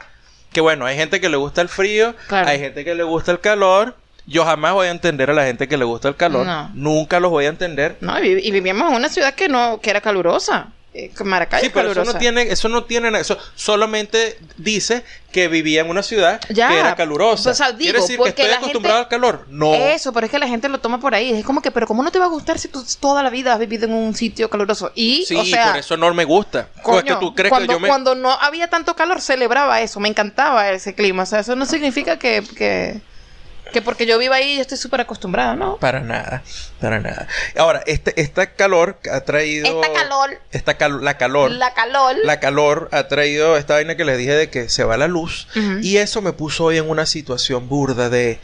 Speaker 1: que bueno, hay gente que le gusta el frío,
Speaker 2: Claro.
Speaker 1: hay gente que le gusta el calor. Yo jamás voy a entender a la gente que le gusta el calor,
Speaker 2: No.
Speaker 1: nunca los voy a entender.
Speaker 2: No, y, vi- y vivíamos en una ciudad que no, que era calurosa. Eh, Maracay
Speaker 1: Sí,
Speaker 2: es
Speaker 1: pero eso
Speaker 2: calurosa.
Speaker 1: no tiene, eso no tiene, na- eso solamente dice que vivía en una ciudad
Speaker 2: Ya.
Speaker 1: que era calurosa.
Speaker 2: O sea,
Speaker 1: ¿Quiere
Speaker 2: digo,
Speaker 1: decir que
Speaker 2: porque
Speaker 1: estoy
Speaker 2: la
Speaker 1: acostumbrado
Speaker 2: gente-
Speaker 1: al calor? No.
Speaker 2: Eso, pero es que la gente lo toma por ahí. Es como que, pero ¿cómo no te va a gustar si tú toda la vida has vivido en un sitio caluroso? Y,
Speaker 1: Sí,
Speaker 2: o sea,
Speaker 1: por eso no me gusta.
Speaker 2: coño,
Speaker 1: Porque tú crees
Speaker 2: cuando,
Speaker 1: que yo me...
Speaker 2: cuando no había tanto calor, celebraba eso. Me encantaba ese clima. O sea, eso no significa que, que, que porque yo viva ahí yo estoy súper acostumbrada, ¿no?
Speaker 1: Para nada, para nada. Ahora, este, esta calor ha traído...
Speaker 2: Esta calor,
Speaker 1: Esta cal- la calor.
Speaker 2: la calor.
Speaker 1: La calor ha traído esta vaina que les dije de que se va la luz.
Speaker 2: Ujú.
Speaker 1: Y eso me puso hoy en una situación burda de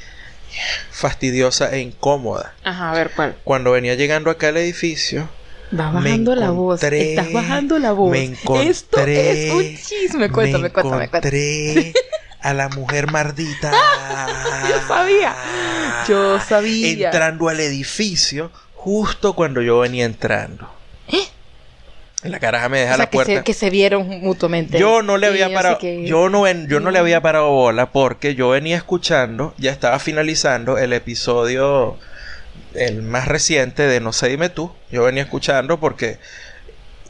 Speaker 1: fastidiosa e incómoda.
Speaker 2: Ajá, a ver, ¿cuál?
Speaker 1: Cuando venía llegando acá al edificio,
Speaker 2: Vas
Speaker 1: Me
Speaker 2: bajando la voz.
Speaker 1: encontré-
Speaker 2: Estás bajando la voz.
Speaker 1: me encontré-
Speaker 2: Esto es un chisme. Cuéntame,
Speaker 1: me
Speaker 2: cuéntame, cuéntame.
Speaker 1: encontré a la mujer mardita.
Speaker 2: Yo sabía.
Speaker 1: Ah,
Speaker 2: Yo sabía.
Speaker 1: Entrando al edificio justo cuando yo venía entrando. La caraja me deja
Speaker 2: ¿Eh? O sea,
Speaker 1: la
Speaker 2: que
Speaker 1: puerta.
Speaker 2: se, que se vieron mutuamente.
Speaker 1: Yo no le
Speaker 2: Y
Speaker 1: había
Speaker 2: así
Speaker 1: parado,
Speaker 2: que-
Speaker 1: yo no, ven- yo no le había parado bola porque yo venía escuchando, ya estaba finalizando el episodio, el más reciente de No sé dime tú. Yo venía escuchando porque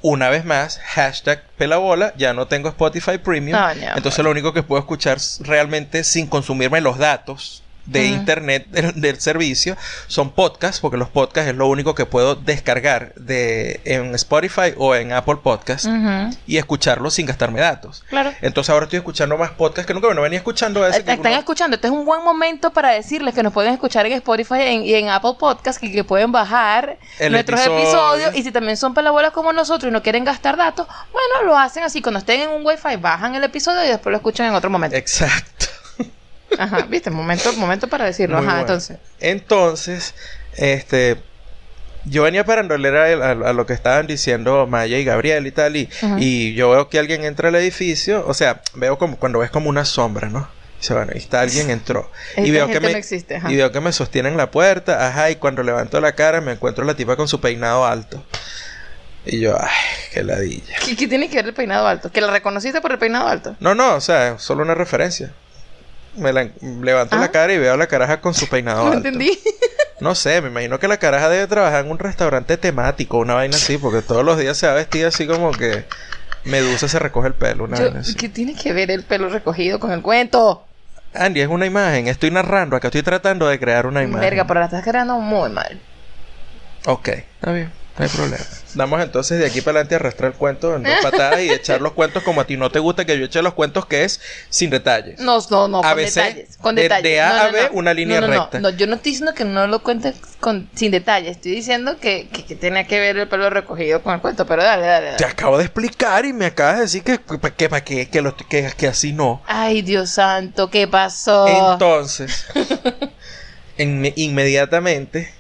Speaker 1: una vez más hashtag pelabola, ya no tengo Spotify Premium,
Speaker 2: No, Ah, no,
Speaker 1: entonces lo único que puedo escuchar s- realmente sin consumirme los datos de
Speaker 2: Ujú.
Speaker 1: internet del, del servicio son podcasts porque los podcasts es lo único que puedo descargar de en Spotify o en Apple Podcasts
Speaker 2: Ujú,
Speaker 1: y escucharlo sin gastarme datos.
Speaker 2: Claro.
Speaker 1: Entonces ahora estoy escuchando más podcasts que nunca bueno, venía escuchando a veces que
Speaker 2: Están
Speaker 1: uno-
Speaker 2: escuchando, este es un buen momento para decirles que nos pueden escuchar en Spotify en- y en Apple Podcast y que pueden bajar
Speaker 1: El
Speaker 2: nuestros
Speaker 1: episodio.
Speaker 2: episodios. Y si también son pelabolas como nosotros y no quieren gastar datos, bueno, lo hacen así. Cuando estén en un Wi-Fi, bajan el episodio y después lo escuchan en otro
Speaker 1: Eh.
Speaker 2: momento.
Speaker 1: Exacto.
Speaker 2: Ajá, viste, momento, momento para decirlo.
Speaker 1: Muy
Speaker 2: Ajá,
Speaker 1: bueno.
Speaker 2: entonces.
Speaker 1: Entonces, este yo venía parando leer a, a- a lo que estaban diciendo Maya y Gabriel y tal y,
Speaker 2: Ajá.
Speaker 1: y yo veo que alguien entra al edificio, o sea, veo como cuando ves como una sombra, ¿no? Dice, bueno, ahí está alguien entró.
Speaker 2: Esta
Speaker 1: y veo que
Speaker 2: gente
Speaker 1: me
Speaker 2: no existe, ajá.
Speaker 1: y veo que me sostienen la puerta, ajá, y cuando levanto la cara me encuentro la tipa con su peinado alto. Y yo, ay, qué ladilla.
Speaker 2: ¿Qué, qué tiene que ver el peinado alto? ¿Que la reconociste por el peinado alto?
Speaker 1: No, no, o sea, solo una referencia. Me la- levanto
Speaker 2: Ah.
Speaker 1: la cara y veo a la caraja con su peinado
Speaker 2: No
Speaker 1: alto.
Speaker 2: entendí.
Speaker 1: No sé, me imagino que la caraja debe trabajar en un restaurante temático, una vaina así, porque todos los días se va vestida así como que Medusa se recoge el pelo, una
Speaker 2: Yo-
Speaker 1: vaina así.
Speaker 2: ¿Qué tiene que ver el pelo recogido con el cuento?
Speaker 1: Andy, es una imagen, estoy narrando, acá estoy tratando de crear una imagen.
Speaker 2: Verga, pero la estás creando muy mal.
Speaker 1: Ok, está bien, no hay problema. Vamos entonces de aquí para adelante a arrastrar el cuento en dos patadas y echar los cuentos como a ti no te gusta que yo eche los cuentos que es sin detalles.
Speaker 2: No, no, no, con
Speaker 1: ABC,
Speaker 2: detalles. Con
Speaker 1: de-
Speaker 2: detalles.
Speaker 1: de
Speaker 2: No,
Speaker 1: A
Speaker 2: no,
Speaker 1: a B,
Speaker 2: no.
Speaker 1: una línea
Speaker 2: No, no, no,
Speaker 1: recta.
Speaker 2: No, yo no estoy diciendo que no lo cuentes con, sin detalles. Estoy diciendo que, que, que tenía que ver el pelo recogido con el cuento. Pero dale, dale, dale.
Speaker 1: Te acabo de explicar y me acabas de decir que, que, que, que, que lo- que- que así no.
Speaker 2: Ay, Dios santo, ¿qué pasó?
Speaker 1: Entonces, inme- inmediatamente,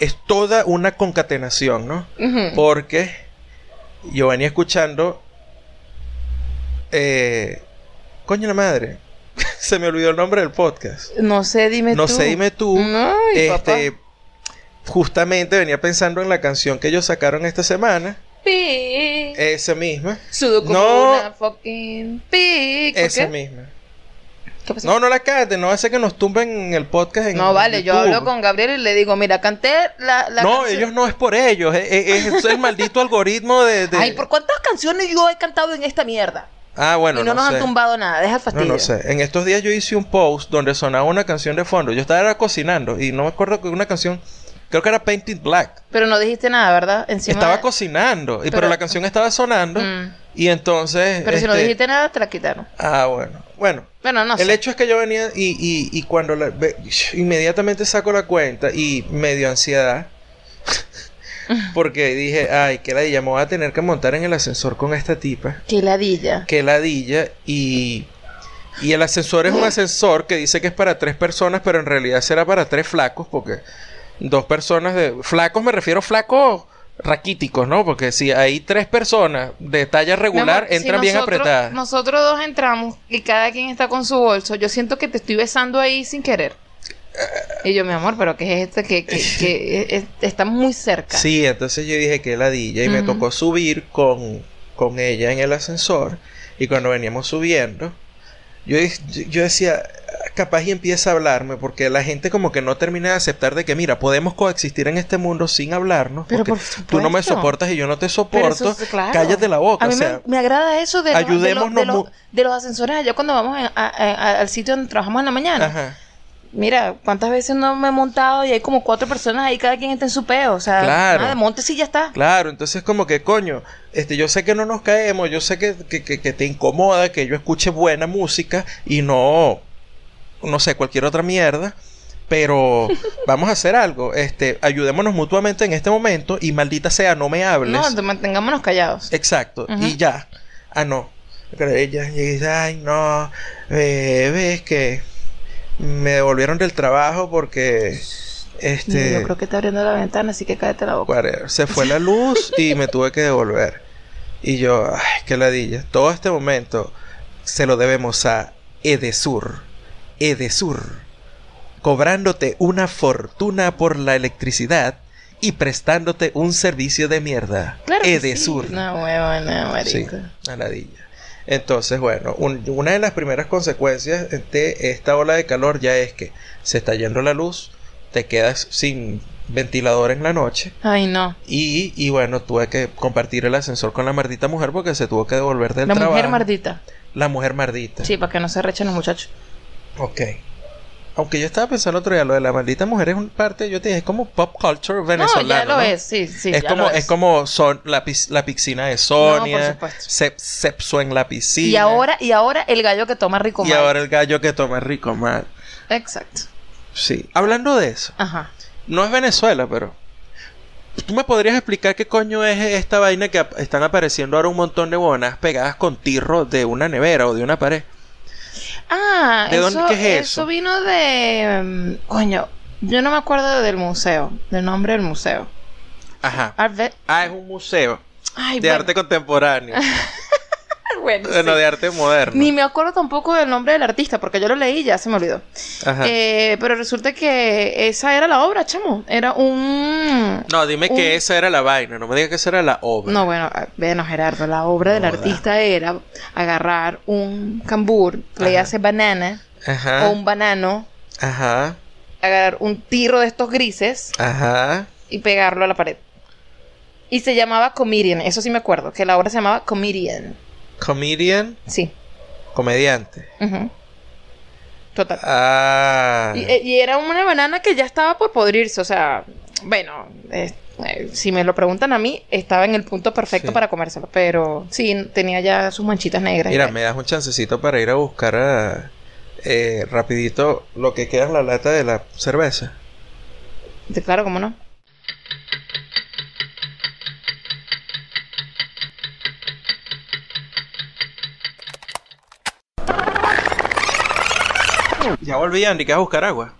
Speaker 1: es toda una concatenación, ¿no?
Speaker 2: Ujú.
Speaker 1: Porque yo venía escuchando... Eh, coño la madre, se me olvidó el nombre del podcast.
Speaker 2: No sé, dime
Speaker 1: No
Speaker 2: tú.
Speaker 1: sé, dime tú.
Speaker 2: Ay,
Speaker 1: este, justamente venía pensando en la canción que ellos sacaron esta semana.
Speaker 2: papá. Pi.
Speaker 1: Esa misma.
Speaker 2: Sudoku
Speaker 1: eh, No.
Speaker 2: una fucking pig. ¿por
Speaker 1: Esa
Speaker 2: qué?
Speaker 1: misma.
Speaker 2: ¿Qué pasó?
Speaker 1: No, no la cante, no hace que nos tumben el podcast en
Speaker 2: No, vale, yo
Speaker 1: YouTube.
Speaker 2: hablo con Gabriel y le digo, mira, canté la, la
Speaker 1: No,
Speaker 2: canción".
Speaker 1: ellos no es por ellos, e- e- es, el maldito algoritmo de... de-
Speaker 2: Ay, ¿por cuántas canciones yo he cantado en esta mierda?
Speaker 1: Ah, bueno,
Speaker 2: y no,
Speaker 1: no,
Speaker 2: nos
Speaker 1: sé.
Speaker 2: han tumbado nada, deja el
Speaker 1: No,
Speaker 2: fastidio.
Speaker 1: no sé. En estos días yo hice un post donde sonaba una canción de fondo. Yo estaba era cocinando y no me acuerdo que una canción, creo que era Painted Black.
Speaker 2: Pero no dijiste nada, ¿verdad? Encima
Speaker 1: estaba
Speaker 2: de-
Speaker 1: cocinando, y, pero,
Speaker 2: Pero-
Speaker 1: la canción estaba sonando
Speaker 2: Mm.
Speaker 1: y entonces...
Speaker 2: Pero si no
Speaker 1: este,
Speaker 2: dijiste nada, te la quitaron.
Speaker 1: Ah, bueno. Bueno,
Speaker 2: Bueno, no
Speaker 1: el
Speaker 2: sé.
Speaker 1: hecho es que yo venía y, y- y cuando la- ve- inmediatamente saco la cuenta y me dio ansiedad. Porque dije, ay, qué ladilla, me voy a tener que montar en el ascensor con esta tipa.
Speaker 2: Qué ladilla.
Speaker 1: Qué ladilla. Y, y el ascensor es un ascensor que dice que es para tres personas, pero en realidad será para tres flacos, porque dos personas de. Flacos me refiero a flacos raquíticos, ¿no? Porque si hay tres personas de talla
Speaker 2: Mi
Speaker 1: regular,
Speaker 2: amor, si
Speaker 1: entran bien
Speaker 2: nosotros-
Speaker 1: apretadas.
Speaker 2: Nosotros dos entramos y cada quien está con su bolso. Yo siento que te estoy besando ahí sin querer. Y yo, mi amor, pero ¿qué es esto? Que, que, que es- es- estamos muy cerca.
Speaker 1: Sí, entonces yo dije que ladilla y me
Speaker 2: Ujú.
Speaker 1: tocó subir con, con ella en el ascensor y cuando veníamos subiendo, yo, di- yo decía, capaz y empieza a hablarme porque la gente como que no termina de aceptar de que, mira, podemos coexistir en este mundo sin hablarnos.
Speaker 2: Pero
Speaker 1: porque
Speaker 2: por
Speaker 1: tú no me
Speaker 2: supuesto.
Speaker 1: soportas y yo no te
Speaker 2: Pero
Speaker 1: soporto.
Speaker 2: eso es- claro.
Speaker 1: Cállate la boca.
Speaker 2: A mí
Speaker 1: o
Speaker 2: me-
Speaker 1: sea,
Speaker 2: me, agrada eso de los, de los, de
Speaker 1: ayudémonos
Speaker 2: los,
Speaker 1: mu-
Speaker 2: de los ascensores allá cuando vamos a- a- a- al sitio donde trabajamos en la mañana.
Speaker 1: ajá.
Speaker 2: Mira, cuántas veces no me he montado y hay como cuatro personas ahí, cada quien está en su peo. O sea,
Speaker 1: Claro.
Speaker 2: nada, monte sí ya está.
Speaker 1: Claro, entonces como que coño, este, yo sé que no nos caemos, yo sé que, que- que- que te incomoda que yo escuche buena música y no, no sé, cualquier otra mierda, pero vamos a hacer algo, este, ayudémonos mutuamente en este momento y maldita sea, no me hables.
Speaker 2: No, te- mantengámonos callados.
Speaker 1: Exacto,
Speaker 2: Ujú.
Speaker 1: y ya. Ah, no. Pero Ella llega y dice, ay, no, eh, ves que me devolvieron del trabajo porque... Este,
Speaker 2: Yo creo que está abriendo la ventana, así que cállate la boca.
Speaker 1: Whatever. Se fue la luz y me tuve que devolver. Y yo, ay, qué ladilla. Todo este momento se lo debemos a Edesur. Edesur. Cobrándote una fortuna por la electricidad y prestándote un servicio de mierda.
Speaker 2: Claro que
Speaker 1: Edesur.
Speaker 2: sí. No, huevona,
Speaker 1: Sí,
Speaker 2: marico.
Speaker 1: a ladilla. Entonces, bueno, un- una de las primeras consecuencias de esta ola de calor ya es que se está yendo la luz, te quedas sin ventilador en la noche.
Speaker 2: Ay, no.
Speaker 1: Y, y bueno, tuve que compartir el ascensor con la mardita mujer porque se tuvo que devolver del
Speaker 2: la
Speaker 1: trabajo.
Speaker 2: mujer mardita.
Speaker 1: La mujer mardita.
Speaker 2: Sí, para que no se rechen los muchachos.
Speaker 1: Ok. Aunque yo estaba pensando otro día, lo de la maldita mujer es un parte, yo te dije, es como pop culture venezolana.
Speaker 2: no, ya lo
Speaker 1: ¿no?
Speaker 2: es, sí, sí.
Speaker 1: es,
Speaker 2: ya
Speaker 1: como,
Speaker 2: lo
Speaker 1: es. como son, la, pis- la piscina de
Speaker 2: No, por
Speaker 1: Sonia,
Speaker 2: supuesto.
Speaker 1: sep- Sepso en la piscina.
Speaker 2: y, ahora, y ahora el gallo que toma rico
Speaker 1: y
Speaker 2: mal.
Speaker 1: ahora el gallo que toma rico mal.
Speaker 2: Exacto.
Speaker 1: Sí. Hablando de eso,
Speaker 2: Ajá.
Speaker 1: no es Venezuela, pero. ¿Tú me podrías explicar qué coño es esta vaina que ap- están apareciendo ahora un montón de bonas pegadas con tirro de una nevera o de una pared?
Speaker 2: Ah,
Speaker 1: ¿De
Speaker 2: eso,
Speaker 1: dónde- qué es eso?
Speaker 2: eso vino de... mm, Coño, yo no me acuerdo del museo, del nombre del museo.
Speaker 1: Ajá.
Speaker 2: Arve-
Speaker 1: Ah, es un museo
Speaker 2: Ay,
Speaker 1: de
Speaker 2: bueno.
Speaker 1: arte contemporáneo.
Speaker 2: Bueno,
Speaker 1: bueno,
Speaker 2: sí.
Speaker 1: de arte moderno.
Speaker 2: Ni me acuerdo tampoco del nombre del artista, porque yo lo leí y ya se me olvidó.
Speaker 1: Ajá.
Speaker 2: Eh, pero resulta que esa era la obra, chamo. Era un...
Speaker 1: no, dime
Speaker 2: un-
Speaker 1: que esa era la vaina. No me digas que esa era la obra.
Speaker 2: No, bueno, ah, bueno, Gerardo, la obra del
Speaker 1: Joda.
Speaker 2: artista era agarrar un cambur, le
Speaker 1: Ajá.
Speaker 2: hace banana
Speaker 1: Ajá.
Speaker 2: o un banano,
Speaker 1: Ajá.
Speaker 2: agarrar un tiro de estos grises
Speaker 1: Ajá.
Speaker 2: y pegarlo a la pared. Y se llamaba Comedian, eso sí me acuerdo, que la obra se llamaba Comedian.
Speaker 1: Comedian.
Speaker 2: Sí.
Speaker 1: Comediante.
Speaker 2: ujú. Total.
Speaker 1: Ah.
Speaker 2: Y, eh, y era una banana que ya estaba por podrirse, o sea, bueno, es- eh, si me lo preguntan a mí, estaba en el punto perfecto
Speaker 1: Sí.
Speaker 2: para comérselo, pero sí, tenía ya sus manchitas negras. y
Speaker 1: Mira,
Speaker 2: tal.
Speaker 1: me das un chancecito para ir a buscar a- eh, rapidito lo que queda en la lata de la cerveza.
Speaker 2: Sí, Claro, ¿cómo no?
Speaker 1: Ya volví, Andy, que vas a buscar agua.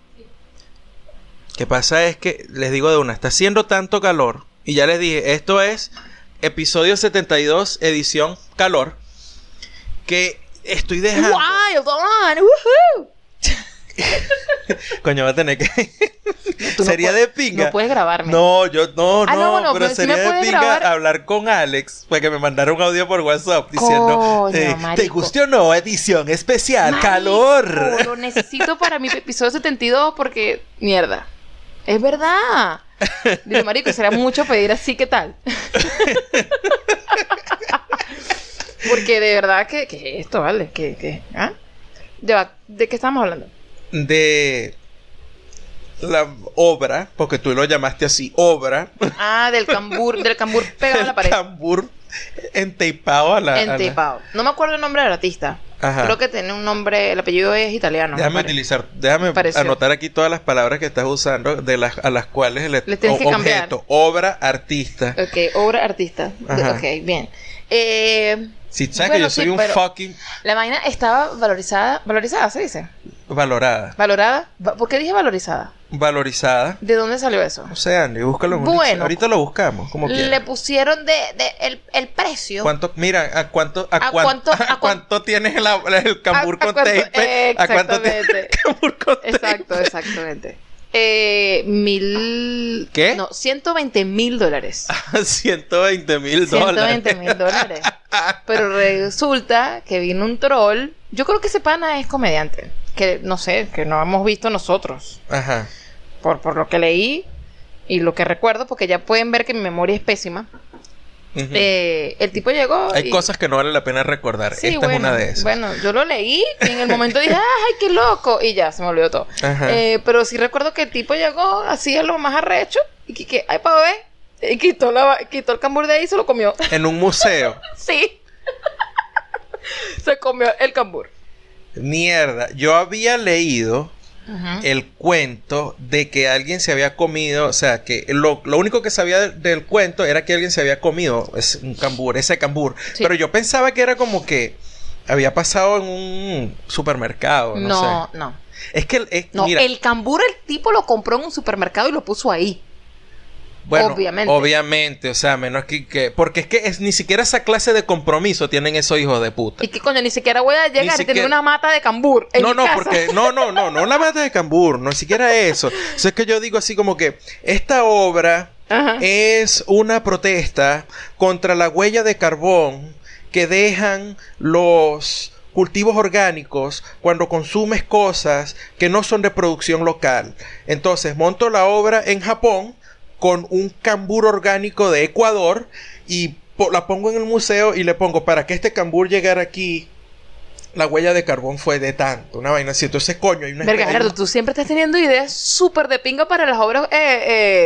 Speaker 1: Que pasa es que, les digo de una, está haciendo tanto calor. Y ya les dije, esto es episodio 72, edición calor. Que estoy dejando.
Speaker 2: Wild on, woohoo.
Speaker 1: Coño, va a tener que.
Speaker 2: Tú no
Speaker 1: sería de
Speaker 2: puedes-
Speaker 1: pinga.
Speaker 2: No puedes grabarme.
Speaker 1: No, yo no,
Speaker 2: Ah,
Speaker 1: no,
Speaker 2: no, bueno,
Speaker 1: pero
Speaker 2: pero sí me
Speaker 1: sería de
Speaker 2: puedes
Speaker 1: pinga
Speaker 2: grabar.
Speaker 1: hablar con Alex, porque me mandaron un audio por WhatsApp diciendo,
Speaker 2: Coño,
Speaker 1: eh, ¿te
Speaker 2: marico.
Speaker 1: guste o no? Edición especial,
Speaker 2: Marico,
Speaker 1: calor.
Speaker 2: Lo necesito para mi episodio 72 porque, mierda. Es verdad. Digo, marico, será mucho pedir así, ¿qué tal? porque de verdad que, que esto, ¿vale? Que, que, ¿ah? Ya va, ¿De qué estamos hablando?
Speaker 1: De la obra, porque tú lo llamaste así, obra,
Speaker 2: Ah, del cambur, del cambur pegado a la
Speaker 1: el
Speaker 2: pared.
Speaker 1: tambor enteipado a la... a la-
Speaker 2: Entipado. No me acuerdo el nombre del artista.
Speaker 1: Ajá.
Speaker 2: Creo que tiene un nombre, el apellido es italiano. me
Speaker 1: Déjame
Speaker 2: parece.
Speaker 1: utilizar, déjame
Speaker 2: Pareció.
Speaker 1: anotar aquí todas las palabras que estás usando de las a las cuales le,
Speaker 2: Le tienes que cambiar. Eh,
Speaker 1: objeto, obra, artista.
Speaker 2: Ok, obra artista.
Speaker 1: Ajá.
Speaker 2: Ok, bien. Eh,
Speaker 1: Si sabes que
Speaker 2: Bueno,
Speaker 1: yo soy
Speaker 2: sí,
Speaker 1: un
Speaker 2: pero-
Speaker 1: fucking
Speaker 2: La vaina estaba valorizada. ¿Valorizada se dice?
Speaker 1: valorada,
Speaker 2: ¿Valorada? Va- ¿Por qué dije valorizada?
Speaker 1: valorizada.
Speaker 2: ¿De dónde salió eso?
Speaker 1: O sea, Andy, búscalo en un
Speaker 2: Bueno.
Speaker 1: diccionario. Ahorita lo buscamos, como
Speaker 2: Le
Speaker 1: quieras.
Speaker 2: pusieron de, de- el, el precio.
Speaker 1: ¿Cuánto, mira, ¿a cuánto, a,
Speaker 2: ¿A
Speaker 1: cuán-
Speaker 2: cuánto-
Speaker 1: a
Speaker 2: a cuán-
Speaker 1: cuánto tienes la- el cambur
Speaker 2: ¿A- a
Speaker 1: con
Speaker 2: cuánto?
Speaker 1: tape? ¿A cuánto tienes el
Speaker 2: Exactamente.
Speaker 1: cambur con tape?
Speaker 2: Exacto, exactamente. Eh, mil...
Speaker 1: ¿Qué?
Speaker 2: No, 120 mil dólares.
Speaker 1: 120 mil dólares.
Speaker 2: 120 mil dólares. Pero resulta que vino un troll. Yo creo que ese pana es comediante. Que no sé, que no hemos visto nosotros.
Speaker 1: Ajá.
Speaker 2: por, por lo que leí y lo que recuerdo, porque ya pueden ver que mi memoria es pésima.
Speaker 1: Ujú.
Speaker 2: Eh, el tipo llegó.
Speaker 1: Hay
Speaker 2: y-
Speaker 1: cosas que no vale la pena recordar.
Speaker 2: Sí,
Speaker 1: Esta
Speaker 2: bueno,
Speaker 1: es una de esas.
Speaker 2: Bueno, yo lo leí y en el momento dije, "Ah, ¡ay, qué loco! Y ya, se me olvidó todo.
Speaker 1: Ajá.
Speaker 2: Eh, pero sí recuerdo que el tipo llegó así a lo más arrecho y que, que, ¡ay, pa' ver! Y quitó, la, va- quitó el cambur de ahí y se lo comió.
Speaker 1: En un museo.
Speaker 2: sí. se comió el cambur.
Speaker 1: Mierda. Yo había leído
Speaker 2: Ujú.
Speaker 1: el cuento de que alguien se había comido, o sea, que lo, lo único que sabía del, del cuento era que alguien se había comido es un cambur, ese cambur.
Speaker 2: Sí.
Speaker 1: Pero yo pensaba que era como que había pasado en un supermercado, Eh, no,
Speaker 2: no, no.
Speaker 1: sé. Es que, es,
Speaker 2: No,
Speaker 1: mira,
Speaker 2: el cambur el tipo lo compró en un supermercado y lo puso ahí.
Speaker 1: bueno, obviamente.
Speaker 2: obviamente.
Speaker 1: o sea, menos que, que- porque es que es, ni siquiera esa clase de compromiso tienen esos hijos de puta.
Speaker 2: Y que coño, ni siquiera voy a llegar y
Speaker 1: siquiera-
Speaker 2: tener una mata de cambur. En
Speaker 1: no,
Speaker 2: mi
Speaker 1: no,
Speaker 2: casa.
Speaker 1: porque no, no, no, no la mata de cambur, no siquiera eso. O sea, es que yo digo así como que esta obra
Speaker 2: Ajá.
Speaker 1: es una protesta contra la huella de carbón que dejan los cultivos orgánicos cuando consumes cosas que no son de producción local. Entonces, monto la obra en Japón con un cambur orgánico de Ecuador y po- la pongo en el museo y le pongo para que este cambur llegara aquí. La huella de carbón fue de tanto, una vaina así. Entonces, coño, hay una
Speaker 2: Verga,
Speaker 1: hay
Speaker 2: Gerardo,
Speaker 1: una-
Speaker 2: tú siempre estás teniendo ideas súper de pinga para las obras eh,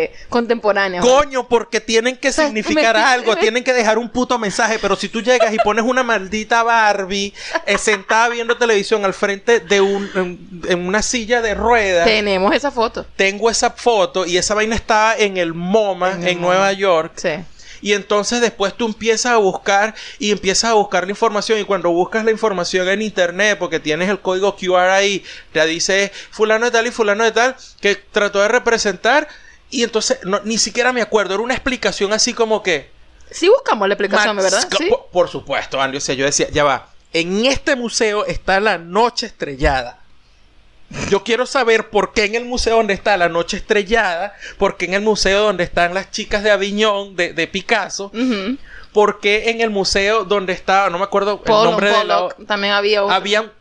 Speaker 2: eh, contemporáneas. ¿vale?
Speaker 1: Coño, porque tienen que
Speaker 2: sea,
Speaker 1: significar
Speaker 2: me-
Speaker 1: algo,
Speaker 2: me-
Speaker 1: tienen que dejar un puto mensaje, pero si tú llegas y pones una maldita Barbie eh, sentada viendo televisión al frente de un en, en una silla de ruedas,
Speaker 2: Tenemos esa foto.
Speaker 1: tengo esa foto y esa vaina está en el MoMA en,
Speaker 2: En el MoMA.
Speaker 1: Nueva York
Speaker 2: Sí.
Speaker 1: y entonces después tú empiezas a buscar y empiezas a buscar la información y cuando buscas la información en internet porque tienes el código QR ahí, te dice fulano de tal y fulano de tal que trató de representar y entonces no, ni siquiera me acuerdo, era una explicación así como que...
Speaker 2: Sí buscamos la explicación,
Speaker 1: Max-
Speaker 2: ¿verdad?
Speaker 1: co-
Speaker 2: Sí.
Speaker 1: po- Por supuesto, Andy, o sea, yo decía, ya va, en este museo está la noche estrellada. Yo quiero saber por qué en el museo donde está la noche estrellada, por qué en el museo donde están las chicas de Aviñón, de, de Picasso,
Speaker 2: Ujú.
Speaker 1: ¿Por qué en el museo donde estaba, no me acuerdo el
Speaker 2: Pollock,
Speaker 1: nombre de la
Speaker 2: Pollock, también había otra.
Speaker 1: habían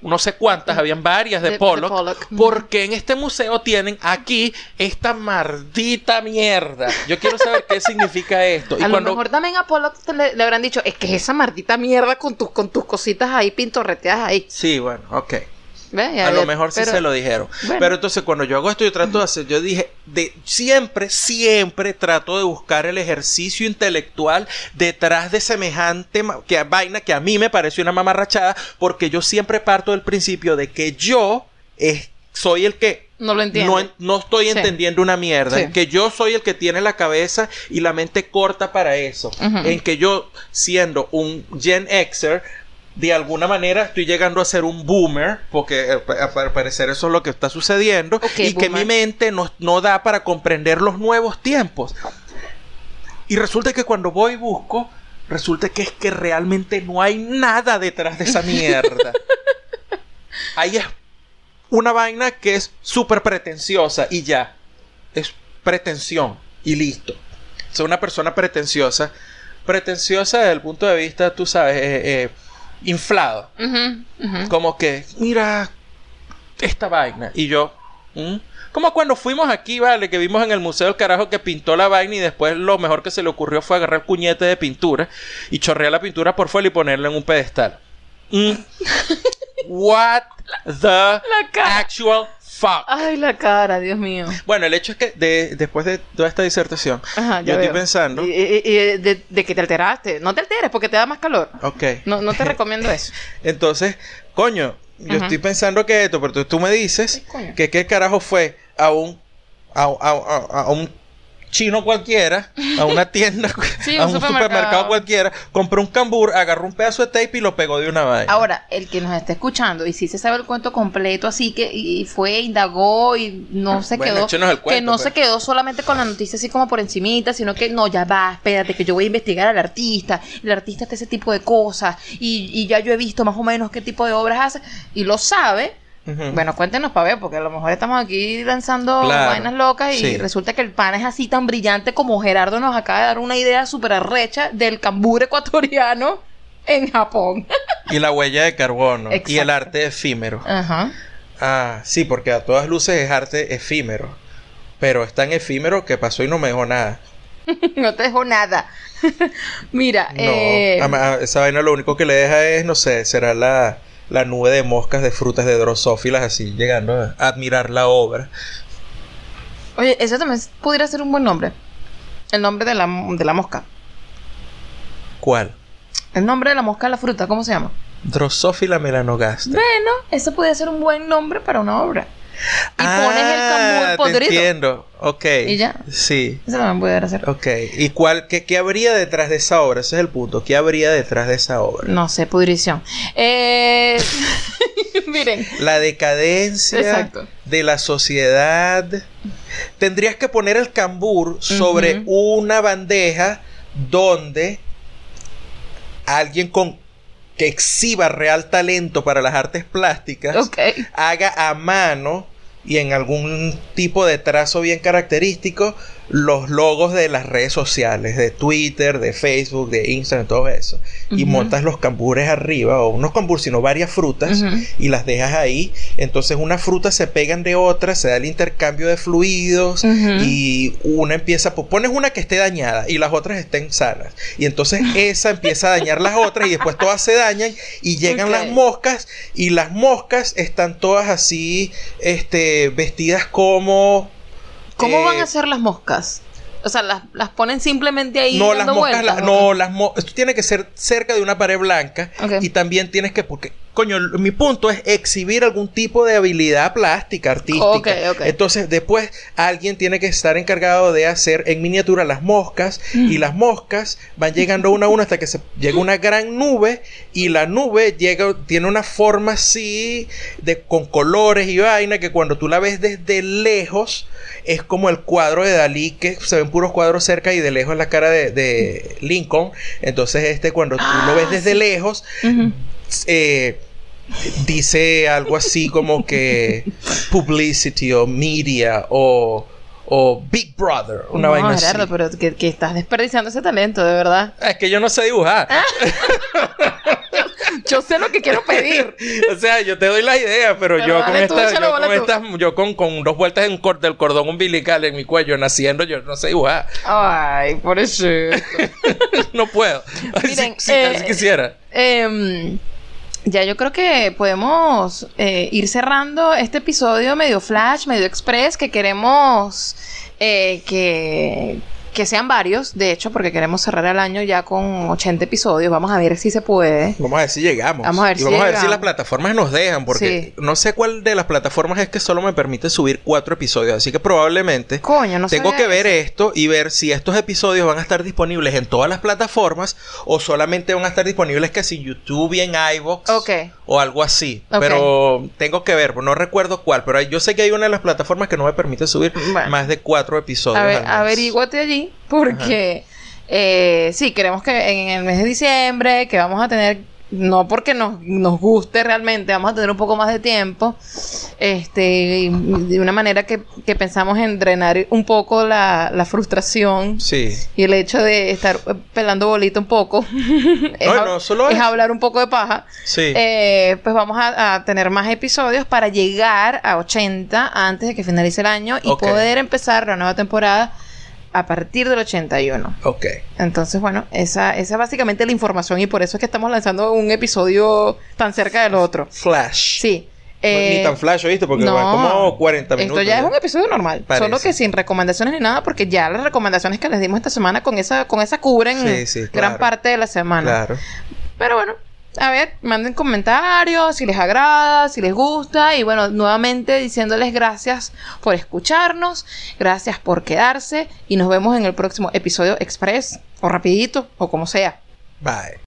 Speaker 1: no sé cuántas, habían varias de,
Speaker 2: De- de
Speaker 1: Pollock.
Speaker 2: Pollock.
Speaker 1: ¿Por qué en este museo tienen aquí esta maldita mierda? Yo quiero saber qué significa esto. Y
Speaker 2: a
Speaker 1: cuando
Speaker 2: lo mejor también a Pollock te le, le habrán dicho, es que es esa maldita mierda con tus, con tus cositas ahí pintorreteadas ahí.
Speaker 1: Sí, bueno, ok.
Speaker 2: ¿Ves? Ya-
Speaker 1: A lo
Speaker 2: ya-
Speaker 1: mejor sí
Speaker 2: pero-
Speaker 1: se lo dijeron.
Speaker 2: Bueno.
Speaker 1: Pero entonces cuando yo hago esto, yo trato de hacer, yo dije, de, siempre, siempre trato de buscar el ejercicio intelectual detrás de semejante ma- que, vaina que a mí me pareció una mamarrachada, porque yo siempre parto del principio de que yo es- soy el que...
Speaker 2: No lo entiendo.
Speaker 1: No, en- no estoy
Speaker 2: Sí.
Speaker 1: entendiendo una mierda.
Speaker 2: Sí.
Speaker 1: En que yo soy el que tiene la cabeza y la mente corta para eso.
Speaker 2: Ujú.
Speaker 1: En que yo, siendo un Gen Xer, de alguna manera estoy llegando a ser un boomer, porque eh, pa- pa- al parecer eso es lo que está sucediendo,
Speaker 2: Ok,
Speaker 1: y que mi
Speaker 2: boomer.
Speaker 1: mente no, no da para comprender los nuevos tiempos. Y resulta que cuando voy y busco, resulta que es que realmente no hay nada detrás de esa mierda. Ahí es una vaina que es súper pretenciosa y ya. Es pretensión y listo. O sea, una persona pretenciosa. Pretenciosa desde el punto de vista, tú sabes, eh, eh, inflado.
Speaker 2: Ujú, ujú.
Speaker 1: Como que, mira esta vaina. Y yo, ¿Mm? como cuando fuimos aquí, vale, que vimos en el museo el carajo que pintó la vaina y después lo mejor que se le ocurrió fue agarrar el cuñete de pintura y chorrear la pintura por fuera y ponerla en un pedestal. ¿Mm? What the
Speaker 2: La cara.
Speaker 1: actual fuck.
Speaker 2: Ay, la cara, Dios mío.
Speaker 1: Bueno, el hecho es que de- después de toda esta disertación,
Speaker 2: Ajá, ya
Speaker 1: yo estoy
Speaker 2: veo.
Speaker 1: pensando.
Speaker 2: Y, y- y de, de que te alteraste. No te alteres porque te da más calor.
Speaker 1: Ok.
Speaker 2: No, no te recomiendo eso.
Speaker 1: Entonces, coño, yo
Speaker 2: Ajá.
Speaker 1: estoy pensando que esto, pero tú, tú me dices
Speaker 2: Ay, coño.
Speaker 1: que qué carajo fue a un a, a- a- a un chino cualquiera, a una tienda,
Speaker 2: Sí,
Speaker 1: a
Speaker 2: un
Speaker 1: un supermercado.
Speaker 2: supermercado
Speaker 1: cualquiera, compró un cambur, agarró un pedazo de tape y lo pegó de una vaina.
Speaker 2: Ahora, el que nos está escuchando y si se sabe el cuento completo, así que y y fue, indagó y no se
Speaker 1: Bueno,
Speaker 2: quedó.
Speaker 1: échenos el
Speaker 2: que
Speaker 1: cuento,
Speaker 2: no
Speaker 1: pues.
Speaker 2: se quedó solamente con la noticia así como por encimita, sino que no, ya va, espérate, que yo voy a investigar al artista. El artista hace ese tipo de cosas y, y ya yo he visto más o menos qué tipo de obras hace y lo sabe.
Speaker 1: Ujú.
Speaker 2: Bueno, cuéntenos para ver, porque a lo mejor estamos aquí lanzando
Speaker 1: Claro,
Speaker 2: vainas locas y
Speaker 1: sí.
Speaker 2: resulta que el pan es así tan brillante como Gerardo nos acaba de dar una idea súper arrecha del cambur ecuatoriano en Japón.
Speaker 1: Y la huella de carbono y el
Speaker 2: Exacto.
Speaker 1: arte efímero.
Speaker 2: Ajá.
Speaker 1: Ah, sí, porque a todas luces es arte efímero. Pero es tan efímero que pasó y no me dejó nada.
Speaker 2: No te dejo nada. Mira,
Speaker 1: No,
Speaker 2: eh,
Speaker 1: ama- a- esa vaina lo único que le deja es, no sé, será la, la nube de moscas de frutas de drosófilas así, llegando a admirar la obra.
Speaker 2: oye, eso también pudiera ser un buen nombre. El nombre de la, de la mosca.
Speaker 1: ¿Cuál?
Speaker 2: El nombre de la mosca de la fruta, ¿cómo se llama?
Speaker 1: Drosófila melanogaster.
Speaker 2: Bueno, eso podría ser un buen nombre para una obra. Y pones el cambur
Speaker 1: Ah, te
Speaker 2: podrido.
Speaker 1: entiendo. Ok.
Speaker 2: Y ya.
Speaker 1: Sí.
Speaker 2: Eso también pudiera ser.
Speaker 1: Ok. ¿Y cuál, qué, qué habría detrás de esa obra? Ese es el punto. ¿Qué habría detrás de esa obra?
Speaker 2: No sé, pudrición. Eh, miren,
Speaker 1: La decadencia
Speaker 2: Exacto.
Speaker 1: de la sociedad. Tendrías que poner el cambur sobre una bandeja donde alguien con que exhiba real talento para las artes plásticas
Speaker 2: ok.
Speaker 1: haga a mano y en algún tipo de trazo bien característico los logos de las redes sociales, de Twitter, de Facebook, de Instagram, todo eso. Y
Speaker 2: Ujú.
Speaker 1: montas los cambures arriba, o unos cambures, sino varias frutas,
Speaker 2: Ujú.
Speaker 1: y las dejas ahí. Entonces unas frutas se pegan de otras, se da el intercambio de fluidos,
Speaker 2: Ujú.
Speaker 1: y una empieza, pues pones una que esté dañada y las otras estén sanas. Y entonces esa empieza a dañar las otras y después todas se dañan y llegan
Speaker 2: Ok.
Speaker 1: las moscas y las moscas están todas así, este, vestidas como...
Speaker 2: ¿Cómo
Speaker 1: eh,
Speaker 2: van a ser las moscas? O sea, las, las ponen simplemente ahí.
Speaker 1: No, las
Speaker 2: dando
Speaker 1: moscas,
Speaker 2: vueltas,
Speaker 1: la-
Speaker 2: ¿o
Speaker 1: no, las moscas, esto tiene que ser cerca de una pared blanca
Speaker 2: Ok.
Speaker 1: y también tienes que, porque, coño, l- mi punto es exhibir algún tipo de habilidad plástica, artística.
Speaker 2: Ok, ok.
Speaker 1: Entonces, después alguien tiene que estar encargado de hacer en miniatura las moscas
Speaker 2: Mm.
Speaker 1: y las moscas van llegando una a una hasta que se llega una gran nube y la nube llega, tiene una forma así, de, con colores y vaina, que cuando tú la ves desde lejos, es como el cuadro de Dalí, que se ven puros cuadros cerca y de lejos la cara de, de Lincoln. Entonces, este, cuando tú lo ves
Speaker 2: Mm. Ah,
Speaker 1: desde
Speaker 2: sí.
Speaker 1: lejos,
Speaker 2: Ujú.
Speaker 1: eh, dice algo así como que publicity o media o, o Big Brother, una
Speaker 2: no,
Speaker 1: vaina así.
Speaker 2: Gerardo, pero que, que estás desperdiciando ese talento, de verdad.
Speaker 1: Es que yo no sé dibujar.
Speaker 2: Ah. Yo sé lo que quiero pedir.
Speaker 1: o sea, yo te doy las ideas, pero,
Speaker 2: Pero
Speaker 1: yo con
Speaker 2: dale tú,
Speaker 1: estas,
Speaker 2: échale
Speaker 1: yo
Speaker 2: bola
Speaker 1: con
Speaker 2: tú.
Speaker 1: estas, yo con, con dos vueltas en cor- del cordón umbilical en mi cuello naciendo, yo no sé dibujar.
Speaker 2: Ay, por eso.
Speaker 1: no puedo. Así,
Speaker 2: Miren,
Speaker 1: sí, así
Speaker 2: eh,
Speaker 1: quisiera.
Speaker 2: Em, ya yo creo que podemos eh, ir cerrando este episodio medio flash, medio express, que queremos eh, que, que sean varios, de hecho, porque queremos cerrar el año ya con 80 episodios. Vamos a ver si se puede.
Speaker 1: Vamos a ver si llegamos.
Speaker 2: Vamos a ver
Speaker 1: y
Speaker 2: si
Speaker 1: vamos a ver si
Speaker 2: llegamos.
Speaker 1: las plataformas nos dejan, porque no sé cuál de las plataformas es que solo me permite subir cuatro episodios. Así que probablemente
Speaker 2: Coño, no
Speaker 1: tengo
Speaker 2: sabía
Speaker 1: que ver esto y ver si estos episodios van a estar disponibles en todas las plataformas o solamente van a estar disponibles que si en YouTube y en iVoox
Speaker 2: Ok.
Speaker 1: o algo así.
Speaker 2: Ok.
Speaker 1: Pero tengo que ver, no recuerdo cuál, pero hay- yo sé que hay una de las plataformas que no me permite subir
Speaker 2: Bueno.
Speaker 1: más de cuatro episodios.
Speaker 2: A
Speaker 1: al
Speaker 2: ver,
Speaker 1: mes.
Speaker 2: averíguate allí, porque eh, sí, queremos que en el mes de diciembre, que vamos a tener no porque nos, nos guste realmente, vamos a tener un poco más de tiempo, este, y de una manera que, que pensamos en drenar un poco la, la frustración
Speaker 1: Sí.
Speaker 2: y el hecho de estar eh, pelando bolita un poco, es,
Speaker 1: No,
Speaker 2: hab-
Speaker 1: no, solo
Speaker 2: es
Speaker 1: eso.
Speaker 2: hablar un poco de paja,
Speaker 1: Sí.
Speaker 2: eh, pues vamos a, a tener más episodios para llegar a 80 antes de que finalice el año y
Speaker 1: Ok.
Speaker 2: poder empezar la nueva temporada a partir del 81.
Speaker 1: Ok.
Speaker 2: Entonces, bueno, esa, esa es básicamente la información y por eso es que estamos lanzando un episodio tan cerca del otro.
Speaker 1: Flash.
Speaker 2: Sí.
Speaker 1: Ni
Speaker 2: eh,
Speaker 1: tan flash, ¿oíste? Porque
Speaker 2: no,
Speaker 1: van como 40 minutos.
Speaker 2: Esto ya es un episodio normal,
Speaker 1: Parece.
Speaker 2: solo que sin recomendaciones ni nada, porque ya las recomendaciones que les dimos esta semana con esa, con esa cubren
Speaker 1: Sí, sí, claro.
Speaker 2: gran parte de la semana.
Speaker 1: Claro.
Speaker 2: Pero bueno, a ver, manden comentarios si les agrada, si les gusta. Y bueno, nuevamente diciéndoles gracias por escucharnos, gracias por quedarse. Y nos vemos en el próximo episodio express, o rapidito, o como sea.
Speaker 1: Bye.